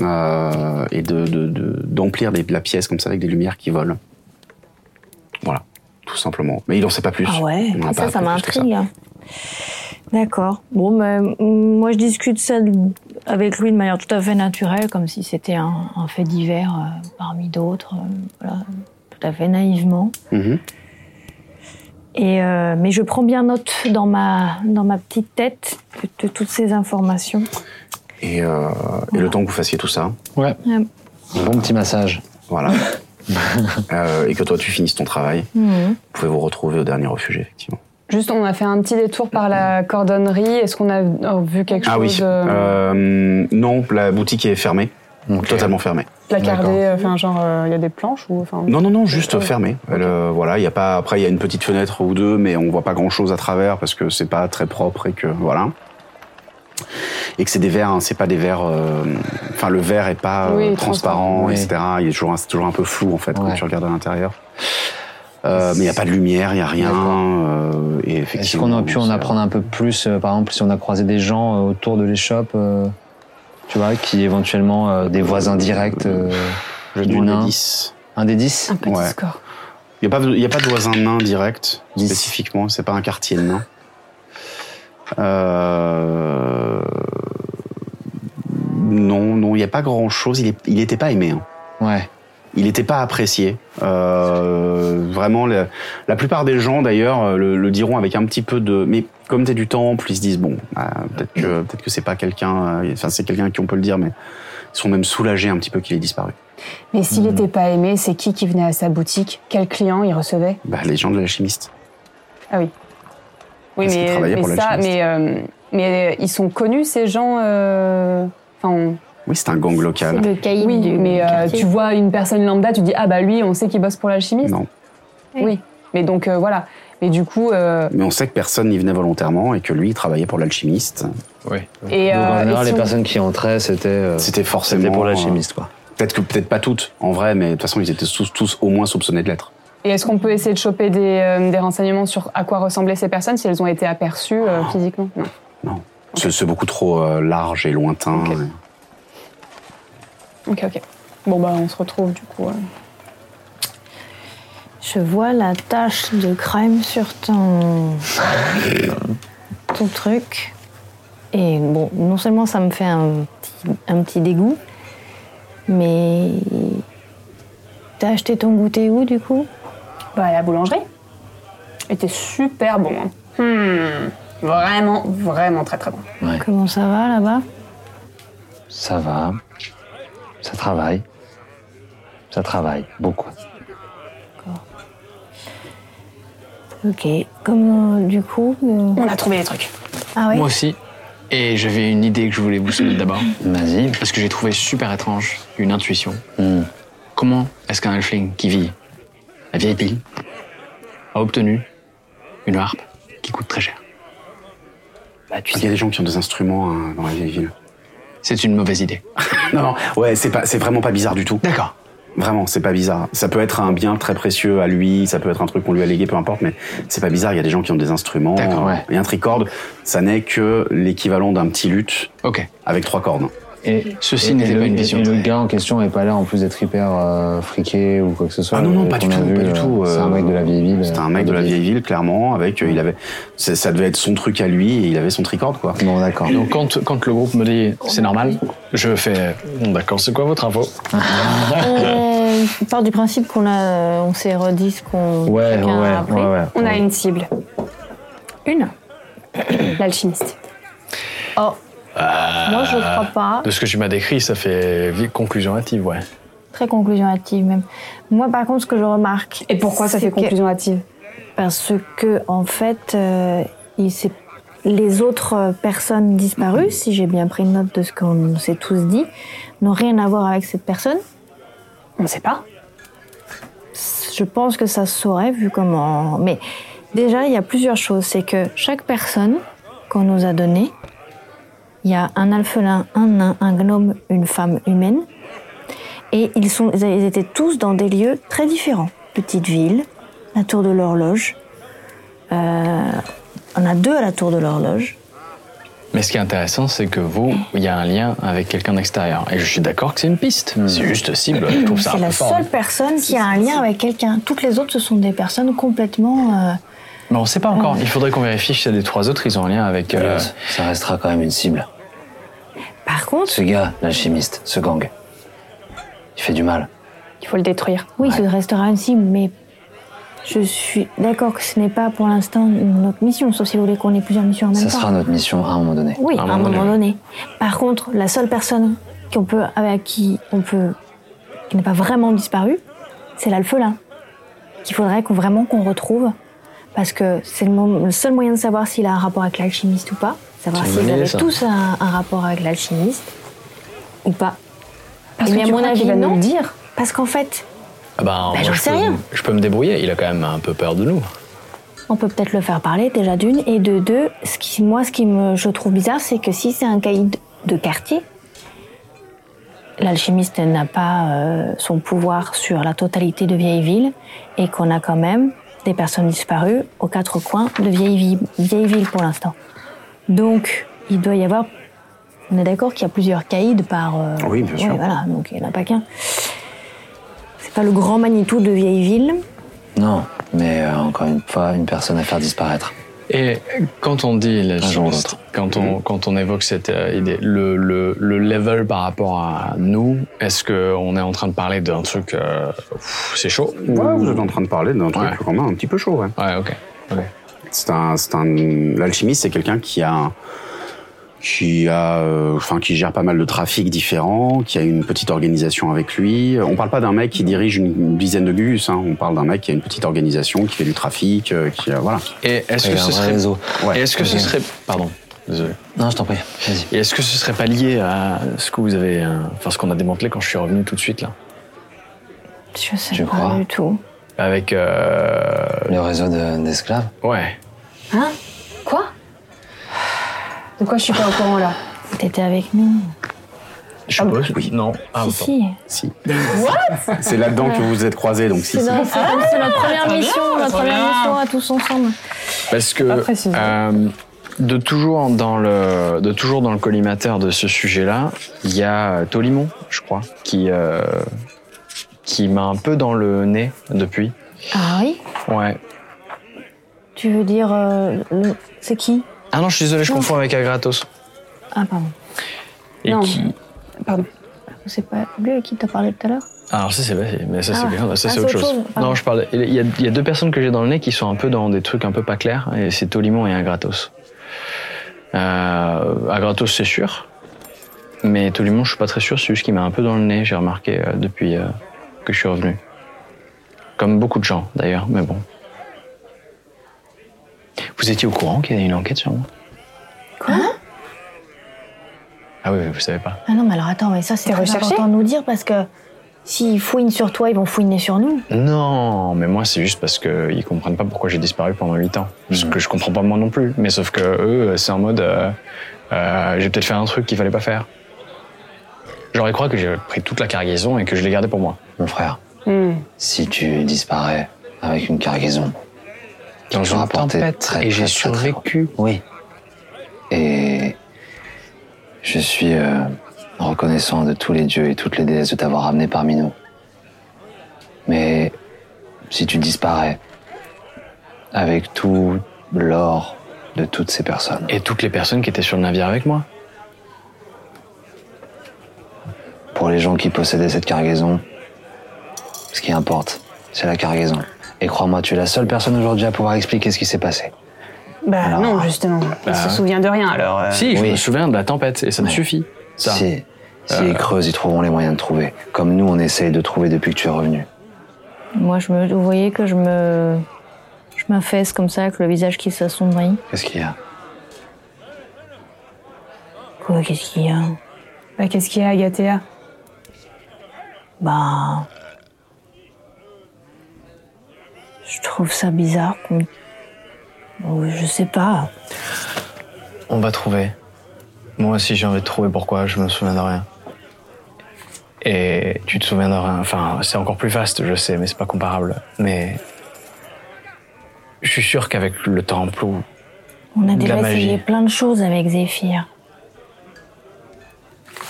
euh, et de, de, de- d'emplir des- la pièce comme ça avec des lumières qui volent. Voilà, tout simplement. Mais il n'en sait pas plus.
Ah ouais,
On en a
ça,
pas
ça
appris plus que
m'intrigue. hein. D'accord. Bon, mais, mm, moi, je discute ça avec lui de manière tout à fait naturelle, comme si c'était un, un fait divers euh, parmi d'autres. euh, voilà, tout à fait naïvement.
Mhm.
Et, euh, mais je prends bien note dans ma, dans ma petite tête de, de toutes ces informations.
Et, euh, et le temps que vous fassiez tout ça,
Bon petit massage.
voilà, Euh, et que toi tu finisses ton travail,
Mmh.
Mhm.
vous pouvez vous retrouver au dernier refuge, effectivement.
Juste, on a fait un petit détour par la cordonnerie. Est-ce qu'on a euh, vu quelque
Ah
chose
oui.
euh,
Euh, non, la boutique est fermée.
Ok.
Totalement fermée.
placardé euh, Enfin, genre, euh, il y a des planches ou enfin.
Non, non, non, juste
Ouais.
fermée. Elle, euh, voilà, il y a pas. Après, il y a une petite fenêtre ou deux, mais on voit pas grand chose à travers parce que c'est pas très propre et que voilà. Et que c'est des verres, hein, c'est pas des verres. euh, Enfin, le verre est pas euh,
Oui,
transparent,
transparent, oui.
etc. Il est toujours, un- c'est toujours un peu flou en fait quand
Ouais.
tu regardes à l'intérieur. Euh, mais il y a pas de lumière, il y a rien.
D'accord.
euh, et
Est-ce
effectivement,
qu'on a pu en
c'est-
apprendre un peu plus, euh, par exemple, si on a croisé des gens euh, autour de l'échoppe, euh, tu vois, qui éventuellement euh, des voisins directs euh,
Je
du
demande les
nain.
10.
Un des dix
Un petit
Ouais.
score.
Il n'y a, pas de- y a pas de voisin nain direct, spécifiquement. C'est pas un quartier nain. Euh... Non, non, il n'y a pas grand chose. Il n'était pas aimé. hein.
Ouais.
Il n'était pas apprécié. Euh, vraiment, la, la plupart des gens, d'ailleurs, euh, le, le diront avec un petit peu de. Mais comme t'es du temple, ils se disent bon, ah, peut-être que peut-être que c'est pas quelqu'un. euh, Enfin, c'est quelqu'un à qui on peut le dire, mais ils sont même soulagés un petit peu qu'il ait disparu.
Mais s'il
Mm.
n'était pas aimé, c'est qui qui venait à sa boutique Quel client il recevait
Bah, les gens de l'alchimiste.
Ah oui. Oui,
Parce qu'il
mais,
travaillait
mais
pour
ça,
l'alchimiste.
mais, euh, mais euh, ils sont connus, ces gens. euh, Enfin, on-
Oui, c'est un gang local.
Le caïd
oui,
du
mais euh,
quartier.
tu vois une personne lambda, tu dis Ah bah lui, on sait qu'il bosse pour l'alchimiste.
Non.
Oui, mais donc euh, voilà. Mais du coup, euh,
Mais on sait que personne n'y venait volontairement et que lui, il travaillait pour l'alchimiste.
Ouais.
et,
Donc, en
euh,
général,
et si
les
on-
personnes qui entraient, c'était euh,
C'était forcément.
c'était pour l'alchimiste, quoi.
euh, Peut-être que peut-être pas toutes, en vrai, mais de toute façon, ils étaient tous, tous au moins soupçonnés de l'être.
et est-ce qu'on peut essayer de choper des, euh, des renseignements sur à quoi ressemblaient ces personnes si elles ont été aperçues euh, physiquement Non.
C'est c'est beaucoup trop euh, large et lointain.
Ok. Ok, ok. Bon bah on se retrouve du coup. euh.
Je vois la tache de crème sur ton. ton truc. Et bon, non seulement ça me fait un petit, un petit dégoût, mais. T'as acheté ton goûter où du coup
Bah à la boulangerie. Était super bon. hein. Hmm. Vraiment, vraiment très très bon.
Comment ça va là-bas
Ça va. Ça travaille. Ça travaille beaucoup.
Ok. Comment du coup euh,
On a trouvé les trucs.
Ah oui
Moi aussi. Et j'avais une idée que je voulais vous soumettre d'abord.
Vas-y.
Parce que j'ai trouvé super étrange une intuition.
Hmm.
Comment est-ce qu'un halfling qui vit la vieille pile a obtenu une harpe qui coûte très cher
Bah, tu
Il y a des gens qui ont des instruments hein, dans la vieille ville.
C'est une mauvaise idée.
Non, non, ouais, c'est pas, c'est vraiment pas bizarre du tout.
D'accord.
Vraiment, c'est pas bizarre. Ça peut être un bien très précieux à lui, ça peut être un truc qu'on lui a légué, peu importe, mais c'est pas bizarre. Il y a des gens qui ont des instruments.
D'accord, ouais.
Et un tricorde, ça n'est que l'équivalent d'un petit luth
Ok.
avec trois cordes.
Et
Ceci
et-
n'était
et
pas
le-
une vision
Et le
très-
gars en question n'est pas là en plus d'être hyper euh, friqué ou quoi que ce soit.
Ah non, non,
euh,
pas du
qu'on a
tout,
vu,
pas du
euh,
tout,
C'est
euh,
un mec de la vieille ville.
C'était un mec euh, de la vieille ville, clairement, avec, euh, il avait, c'est- ça devait être son truc à lui, et il avait son tricorde, quoi.
Bon, d'accord.
Donc quand, quand le groupe me dit c'est normal, je fais Bon, d'accord, c'est quoi votre info
Euh, Je pars du principe qu'on a, on s'est redit ce qu'on.
Ouais, ouais,
chacun a
ouais,
appris.
ouais.
On a une cible.
Une
L'alchimiste.
Oh. Moi, je crois pas.
Euh, De ce que tu m'as décrit, ça fait vi- conclusion hâtive, ouais.
Très conclusion hâtive, même. Moi, par contre, ce que je remarque.
Et pourquoi ça
c'est
fait
que-
conclusion hâtive
Parce que, en fait, euh, il s'est- les autres personnes disparues, si j'ai bien pris note de ce qu'on s'est tous dit, n'ont rien à voir avec cette personne.
On ne sait pas.
Je pense que ça se saurait vu comment. Mais déjà, il y a plusieurs choses. C'est que chaque personne qu'on nous a donnée, il y a un alphelin, un nain, un gnome, une femme humaine. Et ils, sont, ils étaient tous dans des lieux très différents. Petite ville, la tour de l'horloge. Euh, on a deux à la tour de l'horloge.
Mais ce qui est intéressant, c'est que vous, il y a un lien avec quelqu'un d'extérieur. Et je suis d'accord que c'est une piste. C'est juste cible, je trouve ça
C'est
un peu
la
fort.
seule personne qui a un lien avec quelqu'un. Toutes les autres, ce sont des personnes complètement. euh,
Mais on sait pas
Hmm.
encore. Il faudrait qu'on vérifie si les trois autres, ils ont un lien avec... euh,
Euh, Ça restera quand même une cible.
Par contre,
Ce gars, l'alchimiste, ce gang, il fait du mal.
Il faut le détruire.
Oui, ce restera une cible, mais je suis d'accord que ce n'est pas pour l'instant notre mission, sauf si vous voulez qu'on ait plusieurs missions en même
Ça
temps.
sera notre mission à un moment donné.
Oui,
à
à
un
un
moment
moment,
donné.
donné. Par contre, la seule personne qu'on peut, avec qui on peut, qui n'est pas vraiment disparue, c'est l'alphelin, qu'il faudrait qu'on- vraiment qu'on retrouve, parce que c'est le, mo- le seul moyen de savoir s'il a un rapport avec l'alchimiste ou pas, savoir
C'est une bonne
s'ils
idée,
avaient
ça.
tous un, un rapport avec l'alchimiste ou pas.
Parce
Et
que
mais à
tu
mon
crois
avis,
qu'il va nous
non.
le dire
Parce qu'en fait,
Ah ben, moi,
j'en
je,
sais
peux,
rien.
je peux me débrouiller. Il a quand même un peu peur de nous.
On peut peut-être le faire parler déjà d'une et de deux. Ce qui, moi, ce qui me, je trouve bizarre, c'est que si c'est un caïd de quartier, l'alchimiste n'a pas euh, son pouvoir sur la totalité de vieille ville et qu'on a quand même des personnes disparues aux quatre coins de vieille ville, vieille ville pour l'instant. Donc, il doit y avoir. On est d'accord qu'il y a plusieurs caïds par. euh,
Oui, bien
ouais,
sûr.
Voilà, donc il n'y en a pas qu'un. C'est pas le grand Manitou de vieille ville.
Non, mais euh, encore une fois, une personne à faire disparaître.
Et quand on dit la
jour ou
chimiste, quand on, quand on évoque cette euh, idée, le, le, le level par rapport à nous, est-ce qu'on est en train de parler d'un truc, euh, pff, c'est chaud
Ouais, vous êtes en train de parler d'un truc
Ouais.
quand même un petit peu chaud, ouais.
Ouais, ok.
C'est un, c'est un, l'alchimiste, c'est quelqu'un qui a, un- qui a, euh, enfin, qui gère pas mal de trafics différents, qui a une petite organisation avec lui. On parle pas d'un mec qui dirige une, une dizaine de gus, hein. On parle d'un mec qui a une petite organisation, qui fait du trafic, euh, qui, a- voilà.
Et est-ce
Il
que
y a un
ce
vrai
serait...
réseau.
et Est-ce que ce
Ok.
serait... Pardon, désolé.
Non, je t'en prie, vas-y.
Et est-ce que ce serait pas lié à ce que vous avez... euh, Enfin, ce qu'on a démantelé quand je suis revenu tout de suite, là
Je sais
Je
pas
crois.
du tout.
Avec... euh,
Le réseau de- d'esclaves
Ouais.
Hein Quoi
De quoi je suis pas au courant là
T'étais avec nous
Je suppose Oui. Non. Ah,
Si,
attends.
si.
Si. c'est là-dedans que vous vous êtes croisés, donc si.
C'est
si.
dans- c'est comme- c'est notre première mission, notre première mission à tous ensemble.
Parce que
Pas précisé.
euh, de toujours dans le de toujours dans le collimateur de ce sujet-là, il y a euh, Tolimon, je crois, qui euh, qui m'a un peu dans le nez depuis.
Ah oui
Ouais.
Tu veux dire. euh, le- c'est qui
Ah non, je suis désolé, je
Non.
confonds avec Agratos.
Ah, pardon.
Et
Non.
qui
C'est pas lui à qui t'as parlé tout à l'heure
Ah, Alors ça c'est pas- mais ça c'est
Ah.
bien, ça
Ah,
c'est autre chose.
Pardon.
Non, je parle. Il y, a, il y a deux personnes que j'ai dans le nez qui sont un peu dans des trucs un peu pas clairs, et c'est Tolimon et Agratos. Euh, Agratos c'est sûr, mais Tolimon je suis pas très sûr. C'est juste qu'il m'a un peu dans le nez, j'ai remarqué euh, depuis euh, que je suis revenu. Comme beaucoup de gens d'ailleurs, mais bon. Vous étiez au courant qu'il y avait une enquête sur moi
Quoi
Ah oui, oui, vous savez pas.
Ah non, mais alors attends, mais ça c'est
T'es
très
recherché
important de nous dire parce que s'ils fouinent sur toi, ils vont fouiner sur nous.
Non, mais moi c'est juste parce que ils comprennent pas pourquoi j'ai disparu pendant 8 ans. Ce
Mmh.
que je comprends pas moi non plus. Mais sauf que eux, c'est en mode, euh, euh, j'ai peut-être fait un truc qu'il fallait pas faire. J'aurais crois que j'ai pris toute la cargaison et que je l'ai gardée pour moi.
Mon frère,
Hmm.
si tu disparais avec une cargaison,
Dans
tu
une
rapportais
tempête,
très,
et
très,
j'ai
très, très
survécu.
loin. Oui. Et je suis euh, reconnaissant de tous les dieux et toutes les déesses de t'avoir ramené parmi nous. Mais si tu disparais avec tout l'or de toutes ces personnes,
Et toutes les personnes qui étaient sur le navire avec moi.
pour les gens qui possédaient cette cargaison, ce qui importe, c'est la cargaison. Et crois-moi, tu es la seule personne aujourd'hui à pouvoir expliquer ce qui s'est passé.
Bah
Alors,
non, justement. Il se
ouais.
souvient de rien alors. euh.
si, je
Ah oui.
me souviens de la tempête et ça me
Ouais.
suffit. Ça.
Si, si ils creusent, ils trouveront les moyens de trouver. Comme nous, on essaye de trouver depuis que tu es revenu.
Moi, je me, vous voyez que je me. Je m'affaisse comme ça, avec le visage qui s'assombrit.
Qu'est-ce qu'il y a
Quoi, qu'est-ce qu'il y a
Bah, Qu'est-ce qu'il y a, Agathea
Bah. Je trouve ça bizarre qu'on. Oh, Je sais pas.
On va trouver. Moi aussi, j'ai envie de trouver pourquoi, je me souviens de rien. Et tu te souviens de rien. Enfin, c'est encore plus vaste, je sais, mais c'est pas comparable. Mais. Je suis sûr qu'avec le temple ou.
On a
De la
déjà essayé
magie.
plein de choses avec Zéphyr.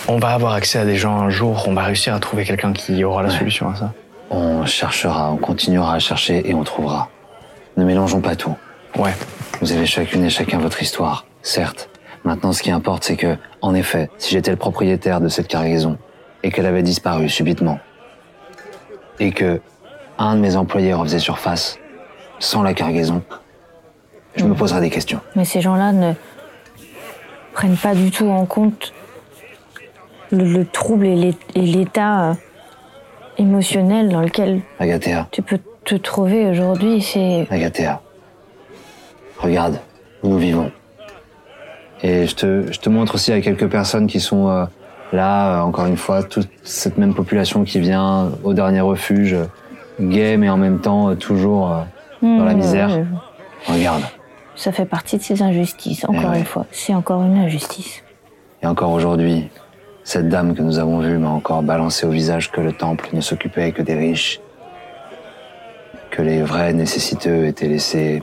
On va avoir accès à des gens un jour, on va réussir à trouver quelqu'un qui aura la solution à ça.
On cherchera, on continuera à chercher et on trouvera. Ne mélangeons pas tout.
Ouais.
Vous avez chacune et chacun votre histoire, certes. Maintenant, ce qui importe, c'est que, en effet, si j'étais le propriétaire de cette cargaison et qu'elle avait disparu subitement, et que un de mes employés refaisait surface sans la cargaison, je me poserais des questions.
Mais ces gens-là ne prennent pas du tout en compte le, le trouble et l'é- et l'état euh, émotionnel dans lequel
Agathea,
tu peux te trouver aujourd'hui. C'est
Agathea, regarde, où nous vivons. Et je te, je te montre aussi à quelques personnes qui sont euh, là, euh, encore une fois, toute cette même population qui vient au dernier refuge, euh, gay mais en même temps euh, toujours euh, dans la
Mmh,
misère.
ouais,
Regarde,
ça fait partie de ces injustices. Encore
Eh ouais.
une fois, c'est encore une injustice.
et encore aujourd'hui, cette dame que nous avons vue m'a encore balancé au visage que le temple ne s'occupait que des riches, que les vrais nécessiteux étaient laissés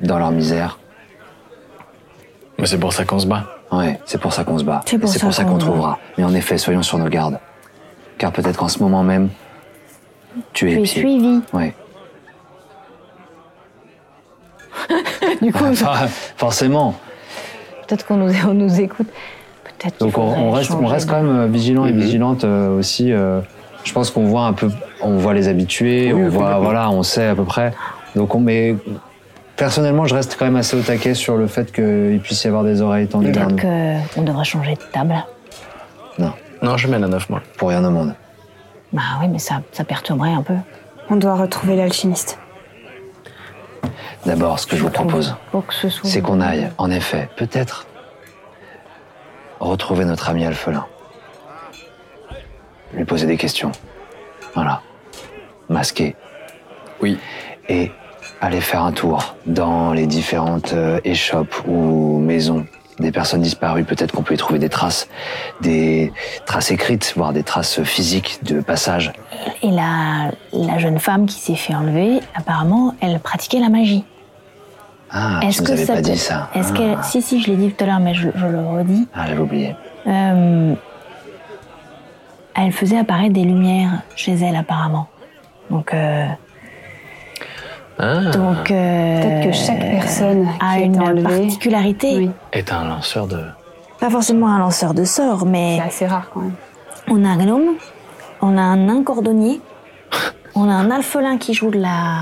dans leur misère.
Mais c'est pour ça qu'on se bat.
Ouais, c'est pour ça qu'on se bat.
C'est
Et
pour ça
pour ça
qu'on
qu'on
va.
trouvera. Mais en effet, soyons sur nos gardes. Car peut-être qu'en ce moment même, tu es
Tu es
pied.
suivi.
Ouais.
Du coup,
Enfin, forcément.
peut-être qu'on nous, on nous écoute. Peut-être qu'il
Donc on,
faudrait
on reste, on
changer
reste
de-
quand même euh, vigilant et
Mhm.
vigilante euh, aussi. euh, je pense qu'on voit un peu, on voit les habitués, on voit, voilà, on sait à peu près. Donc on met. Personnellement, je reste quand même assez au taquet sur le fait qu'il puisse y avoir des oreilles tendues
Peut-être
d'un-
qu'on devrait changer de table.
Non, je mène à 9 mois.
pour rien au monde.
Bah oui, mais ça, ça perturberait un peu.
On doit retrouver l'alchimiste.
D'abord, ce que je vous propose,
Faut que ce soit.
c'est qu'on aille, en effet, peut-être, retrouver notre ami alphelin. Lui poser des questions. Voilà. Masqué.
Oui.
Et aller faire un tour dans les différentes euh, échoppes ou maisons des personnes disparues. Peut-être qu'on peut y trouver des traces, des traces écrites, voire des traces physiques de passage.
Et la, la jeune femme qui s'est fait enlever, apparemment, elle pratiquait la magie.
Ah,
Est-ce
tu nous
que
avais
ça
pas
peut-
dit ça.
Est-ce que. Si, si, je l'ai dit tout à l'heure, mais je, je le redis.
Ah, j'avais oublié.
Euh, elle faisait apparaître des lumières chez elle, apparemment. Donc. euh,
Ah.
donc euh,
Peut-être que chaque personne
a
qui est
une
enlevée.
particularité.
Oui,
Est un lanceur de.
Pas forcément un lanceur de sorts, mais.
c'est assez rare quand même.
On a un gnome, on a un nain cordonnier, on a un alphelin qui joue de la.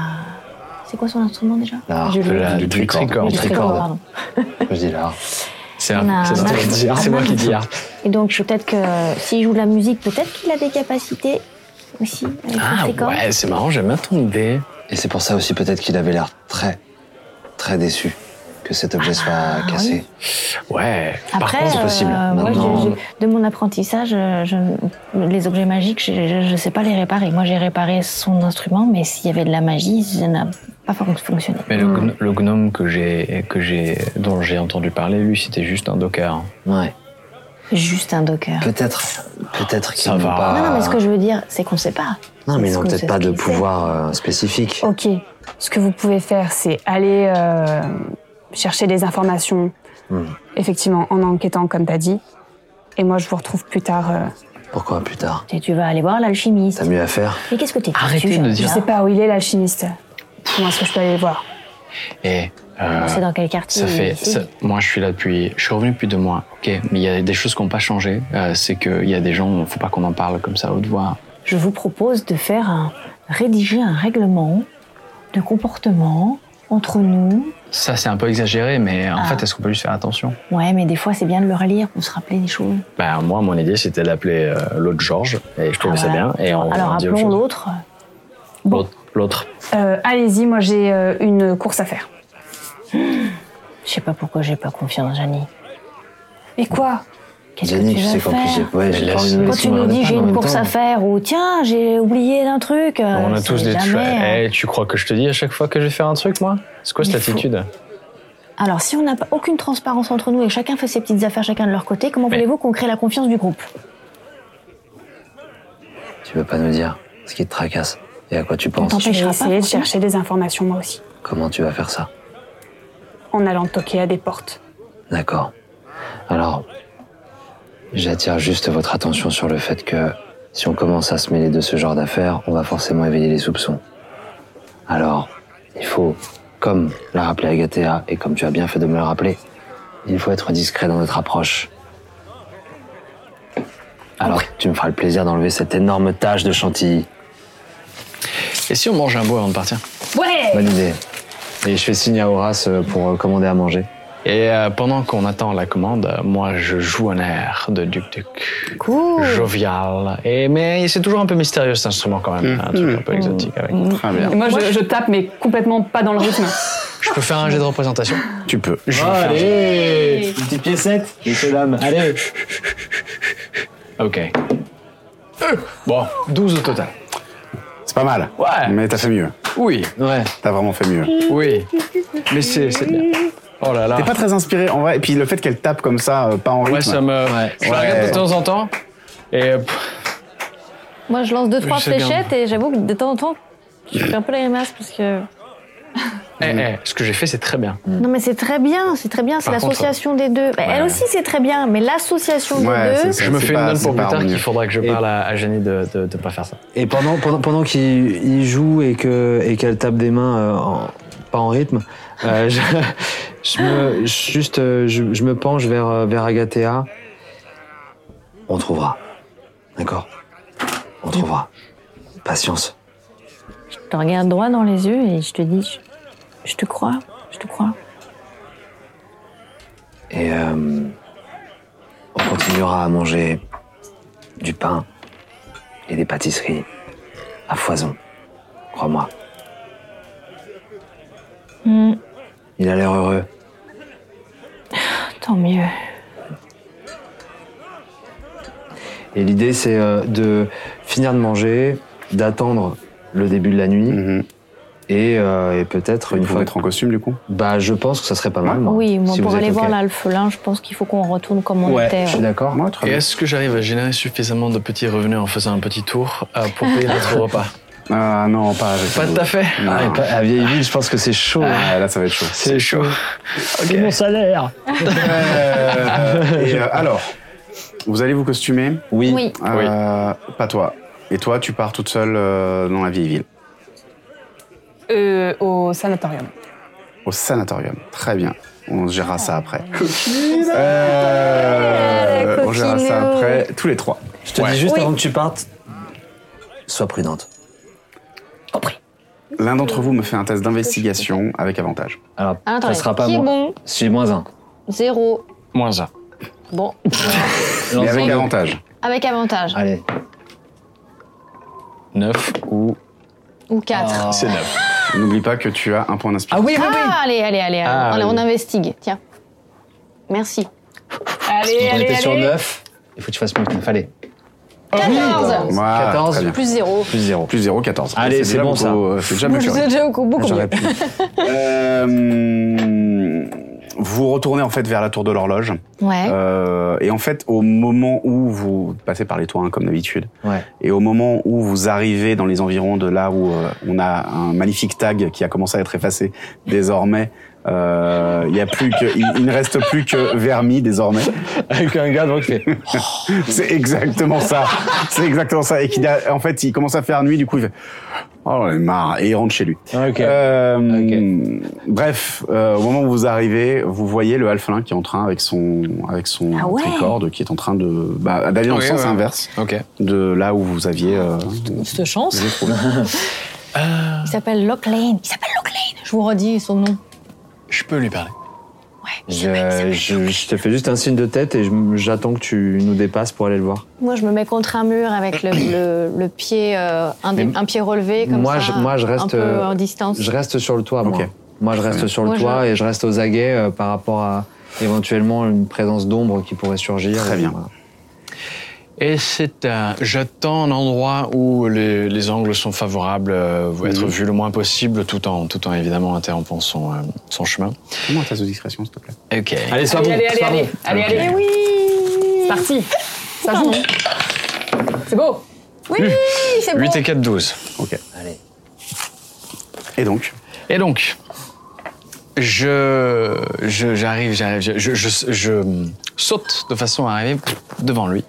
C'est quoi son instrument déjà
L'art
Du
de la-
du
tricorde.
tricorde.
Du
Du
tricorde.
pardon.
Pourquoi Je dis l'art.
C'est
On a
un- c'est
un
toi
arc-
qui dis, hein. c'est moi qui dis. art.
Et donc je- peut-être que euh, s'il joue de la musique, peut-être qu'il a des capacités aussi avec ses
Ah
tricordes.
ouais, c'est marrant, j'aime bien ton idée.
Et c'est pour ça aussi peut-être qu'il avait l'air très, très déçu que cet
Ah
objet soit cassé.
Ouais.
Après,
contre, c'est possible.
euh, moi,
Maintenant-
je- je- de mon apprentissage, euh, je- les objets magiques, je ne sais pas les réparer. Moi, j'ai réparé son instrument, mais s'il y avait de la magie, ça n'a pas fon- fonctionné.
Mais le, gno- le gnome que j'ai, que j'ai, dont j'ai entendu parler, lui, c'était juste un docker.
Ouais.
Juste un docker.
Peut-être, peut-être qu'ils
Ça
n'ont
va.
pas.
Non, non, mais ce que je veux dire, c'est qu'on ne sait pas.
Non, mais ils
c'est
n'ont
ce que-
peut-être
c'est
pas
ce
de
qu'il fait. Oh.
pouvoir euh, spécifique.
Ok, ce que vous pouvez faire, c'est aller euh, chercher des informations,
Hmm.
Mhm.
effectivement, en enquêtant, comme t'as dit. Et moi, je vous retrouve plus tard. euh,
Pourquoi plus tard
Et tu vas aller voir l'alchimiste.
T'as mieux à faire
Mais qu'est-ce que t'es
Arrêtez
tu-
de
tu-
dire
je sais pas où il est, l'alchimiste. Comment est-ce que je peux aller le voir
Et euh,
C'est dans quel quartier
ça fait.
ici
ça- moi, je suis là depuis. Je suis revenu depuis deux mois. Ok, mais il y a des choses qui n'ont pas changé. Euh, c'est qu'il y a des gens, faut pas qu'on en parle comme ça à haute voix.
Je vous propose de faire un, rédiger un règlement de comportement entre nous.
Ça, c'est un peu exagéré, mais en
Ah.
fait, est-ce qu'on peut juste faire attention
Ouais, mais des fois c'est bien de le relire pour se rappeler des choses.
Ben, moi, mon idée, c'était d'appeler euh, l'autre Georges, et je trouve
Ah,
ça
voilà.
bien, et on,
Alors
on dit autre
appelons
chose.
l'autre.
L'autre. L'autre.
Euh, Allez-y, moi, j'ai euh, une course à faire.
Je sais pas pourquoi j'ai pas confiance, Janie.
Et quoi
Qu'est-ce que
Jenny,
tu
tu
vas
sais
faire
compliqué. Ouais, j'ai
Mais
pas
laisse-
envie de
quand
Quand
laisser
tu nous
Marlène
dis j'ai
en
une
même
course
temps.
à faire ou tiens j'ai oublié d'un truc. euh,
on a tous des
trucs.
trucs.
hein.
Eh, tu crois que je te dis à chaque fois que je vais faire un truc, moi C'est quoi cette
Il faut-
attitude
Alors si on n'a pas- aucune transparence entre nous et chacun fait ses petites affaires chacun de leur côté, comment
Mais-
voulez-vous qu'on crée la confiance du groupe
Tu veux pas nous dire ce qui te tracasse et à quoi tu penses
t'en-
Je vais
T'empêchera pas,
essayer de
forcément.
chercher des informations, moi aussi,
Comment tu vas faire ça
en allant toquer à des portes.
D'accord. Alors, j'attire juste votre attention sur le fait que si on commence à se mêler de ce genre d'affaires, on va forcément éveiller les soupçons. Alors, il faut, comme l'a rappelé Agathea, et comme tu as bien fait de me le rappeler, il faut être discret dans notre approche. Alors, tu me feras le plaisir d'enlever cette énorme tache de chantilly.
Eh.
Et si on mange un bois avant de partir
Ouais
Bonne idée. Et je fais signe à Horace euh, pour euh, commander à manger.
Et euh, pendant qu'on attend la commande, euh, moi, je joue un air de Duc Duc. Cool Jovial. Et, mais c'est toujours un peu mystérieux, cet instrument, quand même. Un truc un peu exotique avec.
Très bien.
Et Moi, je, je tape, mais complètement pas dans le rythme.
Je peux faire un jet de représentation
Tu peux.
Je vais faire un jet.
Allez Petite piécette, messieurs dames, allez
Ok. Euh, Bon, 12 au total.
C'est pas mal.
Ouais.
Mais t'as fait mieux.
Oui, ouais,
T'as vraiment fait mieux.
oui. Mais c'est c'est bien. Oh là là.
T'es pas très inspiré en vrai. Et puis le fait qu'elle tape comme ça, euh, pas en rythme.
Ouais, ça me. Je la
Ouais.
regarde de temps en temps. Et euh, pff,
Moi, je lance deux, trois
sais bien.
fléchettes et j'avoue que de temps en temps, je fais un peu la grimace parce que.
Eh, eh, ce que j'ai fait, c'est très bien.
Mm.
Non, mais c'est très bien, c'est très bien, c'est
Par contre,
l'association des deux. Bah, Elle aussi, c'est très bien, mais l'association
Ouais,
des
c'est
deux.
ça.
Je me
c'est
fais
pas-
une note
c'est
pour
pas
plus tard
harmonieux.
qu'il faudra que je
Et-
parle à, à Jenny de ne pas faire ça.
Et pendant, pendant, pendant qu'il il joue et que et qu'elle tape des mains, euh, en- pas en rythme, euh, je, je me, juste, euh, je, je me penche vers, euh, vers Agathea. On trouvera. D'accord On trouvera. Patience.
Je te regarde droit dans les yeux et je te dis, je- je te crois, je te crois.
Et euh, on continuera à manger du pain et des pâtisseries à foison. Crois-moi.
Hmm,
Il a l'air heureux.
tant mieux.
Et l'idée, c'est euh, de finir de manger, d'attendre le début de la nuit,
Mhm.
et, euh, et peut-être
Il
une
faut
fois.
mettre en costume, du coup.
Bah, je pense que ça serait pas mal. Moi,
Oui, moi,
si
pour
vous êtes
aller
OK.
voir l'alphelin, je pense qu'il faut qu'on retourne comme on
Ouais,
était. hein.
je suis d'accord.
Moi, très
Et
bien.
est-ce que j'arrive à générer suffisamment de petits revenus en faisant un petit tour euh, pour payer notre repas
Ah non, pas avec
Pas
le-
tout à fait. bah,
Non.
Ah, et pas- à vieille ville, je pense que c'est chaud.
Bah, Ah, là, ça va être chaud.
C'est chaud.
C'est mon salaire
Euh, et, euh, alors, vous allez vous costumer
Oui.
Oui.
Euh, Pas toi. Et toi, tu pars toute seule euh, dans la vieille ville,
Euh, au sanatorium.
au sanatorium. Très bien. On gérera ça après. Euh,
La
on gérera ça
coquinou.
après, tous les trois.
Je te dis juste avant que tu partes, sois prudente.
L'un d'entre vous me fait un test d'investigation avec avantage.
Alors,
Attends,
ça sera pas
qui est
moi.
bon
Si, moins un.
Zéro.
Moins ça.
Bon,
Mais
Lance-moi
avec
deux.
avantage.
avec avantage.
Allez.
9 ou.
Ou quatre.
C'est 9.
N'oublie pas que tu as un point d'inspiration.
oui,
Ah, allez, allez, allez, allez.
Ah,
Allez,
oui.
on investigue. Tiens. Merci.
Allez,
On
allez,
était sur
allez.
9. Il faut que tu fasses mieux que 9. Allez,
14
Voilà,
14.
Ah, très bien.
plus 0.
plus 0.
Plus 0, 14.
Allez, c'est
déjà
bon,
beaucoup,
ça.
euh, C'est déjà mieux que rien.
Vous êtes déjà au- beaucoup mieux.
J'aurais pu.
Euh, vous retournez en fait vers la tour de l'horloge.
Ouais.
Euh, et en fait, au moment où vous passez par les toits, hein, comme d'habitude,
Ouais.
et au moment où vous arrivez dans les environs de là où euh, on a un magnifique tag qui a commencé à être effacé désormais, euh, il y a plus que, il, il ne reste plus que vernis désormais.
Avec un gars, donc, fait.
C'est exactement ça. C'est exactement ça. Et qui, en fait, il commence à faire nuit, du coup, il fait, oh, j'en ai marre, et il rentre chez lui.
Ok.
Euh, Bref, euh, au moment où vous arrivez, vous voyez le alphelin qui est en train avec son avec son
Ah ouais.
tricorde qui est en train de bah, d'aller dans
Oui,
le sens
ouais.
inverse
Ok.
de là où vous aviez. euh,
Cette chance.
vous avez trouvé.
Il s'appelle Locklane. Il s'appelle Locklane. Je vous redis son nom.
Je peux lui parler.
Je, je- je te fais juste un signe de tête et je- j'attends que tu nous dépasses pour aller le voir.
Moi, je me mets contre un mur avec le, le- le pied, euh, un, des-
Mais
un pied relevé comme
moi,
ça.
je- moi, je reste,
Un peu
euh,
en distance.
Je reste sur le toit, moi.
Ok.
Moi, je reste sur le
Moi, je-
toit et je reste aux aguets euh, par rapport à éventuellement une présence d'ombre qui pourrait surgir.
Très bien.
Voilà.
Et c'est un. J'attends un endroit où les, les angles sont favorables, euh, être
Mhm.
vu le moins possible, tout en, tout en évidemment interrompant son, euh, son chemin.
Comment ta de discrétion, s'il te plaît
Ok.
Allez, sois
Allez,
bon.
allez, allez,
sois bon.
allez, allez, allez.
Eh oui
C'est parti. Ça joue. hein. C'est beau.
Oui, c'est bon.
8 et 4, 12.
Ok.
Allez.
Et donc,
Et donc, je, je- j'arrive, j'arrive, je, je, je- je saute de façon à arriver devant lui.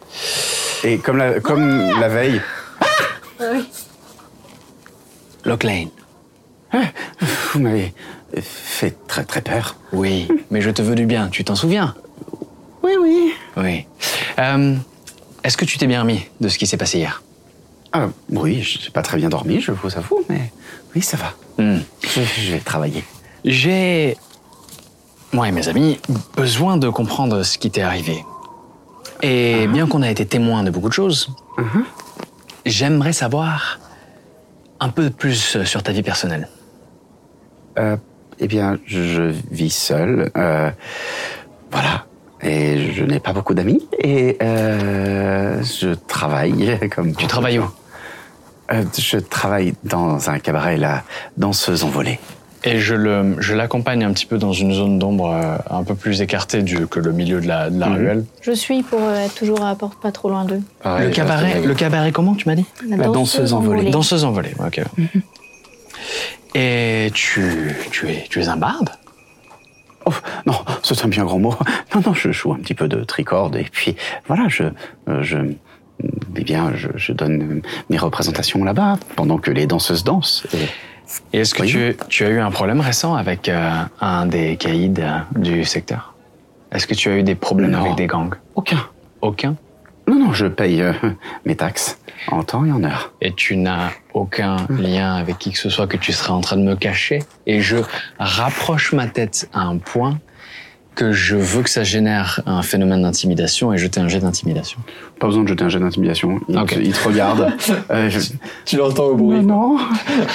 et comme la comme la veille,
Lock Lane.
vous m'avez fait très très peur.
Oui, mais je te veux du bien, tu t'en souviens
Oui, oui.
Oui. Euh, est-ce que tu t'es bien remis de ce qui s'est passé hier
Ah oui, je n'ai pas très bien dormi, je vous avoue, mais oui, ça va.
Hmm.
Je, je vais travailler.
J'ai, moi et mes amis, besoin de comprendre ce qui t'est arrivé. Et bien qu'on a été témoin de beaucoup de choses, j'aimerais savoir un peu plus sur ta vie personnelle.
Euh, eh bien, je, je vis seul. euh, voilà. Et je n'ai pas beaucoup d'amis. Et euh, je travaille comme.
Tu travailles où
Euh, Je travaille dans un cabaret, la danseuse envolée.
Et je le, je l'accompagne un petit peu dans une zone d'ombre euh, un peu plus écartée du, que le milieu de la, de la ruelle.
Je suis pour euh, être toujours à la porte, pas trop loin d'eux.
le cabaret, le cabaret comment tu m'as dit
La danseuse envolée.
Danseuse envolée, ok. Et tu, tu, es, tu es un barde
Oh, non, ce serait bien grand mot. Non, non, je joue un petit peu de tricorde et puis voilà, je, euh, je, eh bien, je, je donne mes représentations là-bas pendant que les danseuses dansent. Et-
Et est-ce que
Oui.
tu, tu as eu un problème récent avec euh, un des caïds euh, du secteur Est-ce que tu as eu des problèmes
Non.
avec des gangs
Aucun.
Aucun.
Non, non, je paye euh, mes taxes en temps et en heure.
Et tu n'as aucun lien avec qui que ce soit que tu serais en train de me cacher. Et je rapproche ma tête à un point que je veux que ça génère un phénomène d'intimidation et jeter un jet d'intimidation.
Pas besoin de jeter un jet d'intimidation. Il,
Ok.
te- il te regarde. Euh, je-
Tu l'entends au bruit.
Non,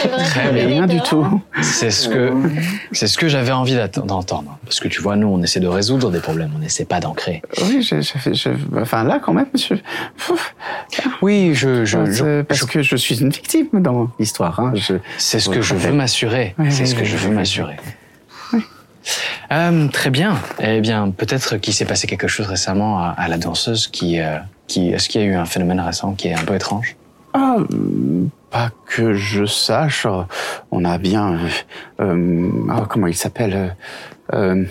C'est vrai,
Très
c'est
rien du
dégueulasse.
tout.
C'est ce que c'est ce que j'avais envie d'atte- d'entendre. Parce que tu vois, nous, on essaie de résoudre des problèmes, on n'essaie pas d'ancrer.
Oui, je, je fais- je- enfin là quand même, monsieur.
Oui, je, je, je-
parce
je-
que je suis une victime dans l'histoire. hein, je-
c'est ce que je veux m'assurer.
Oui,
C'est
oui,
ce que
oui,
je
oui,
veux
oui.
m'assurer. Euh, très bien. Eh bien, peut-être qu'il s'est passé quelque chose récemment à, à la danseuse qui, euh, qui, est-ce qu'il y a eu un phénomène récent qui est un peu étrange
Ah, euh, pas que je sache. euh, On a bien. euh, euh, ah, comment il s'appelle euh, euh,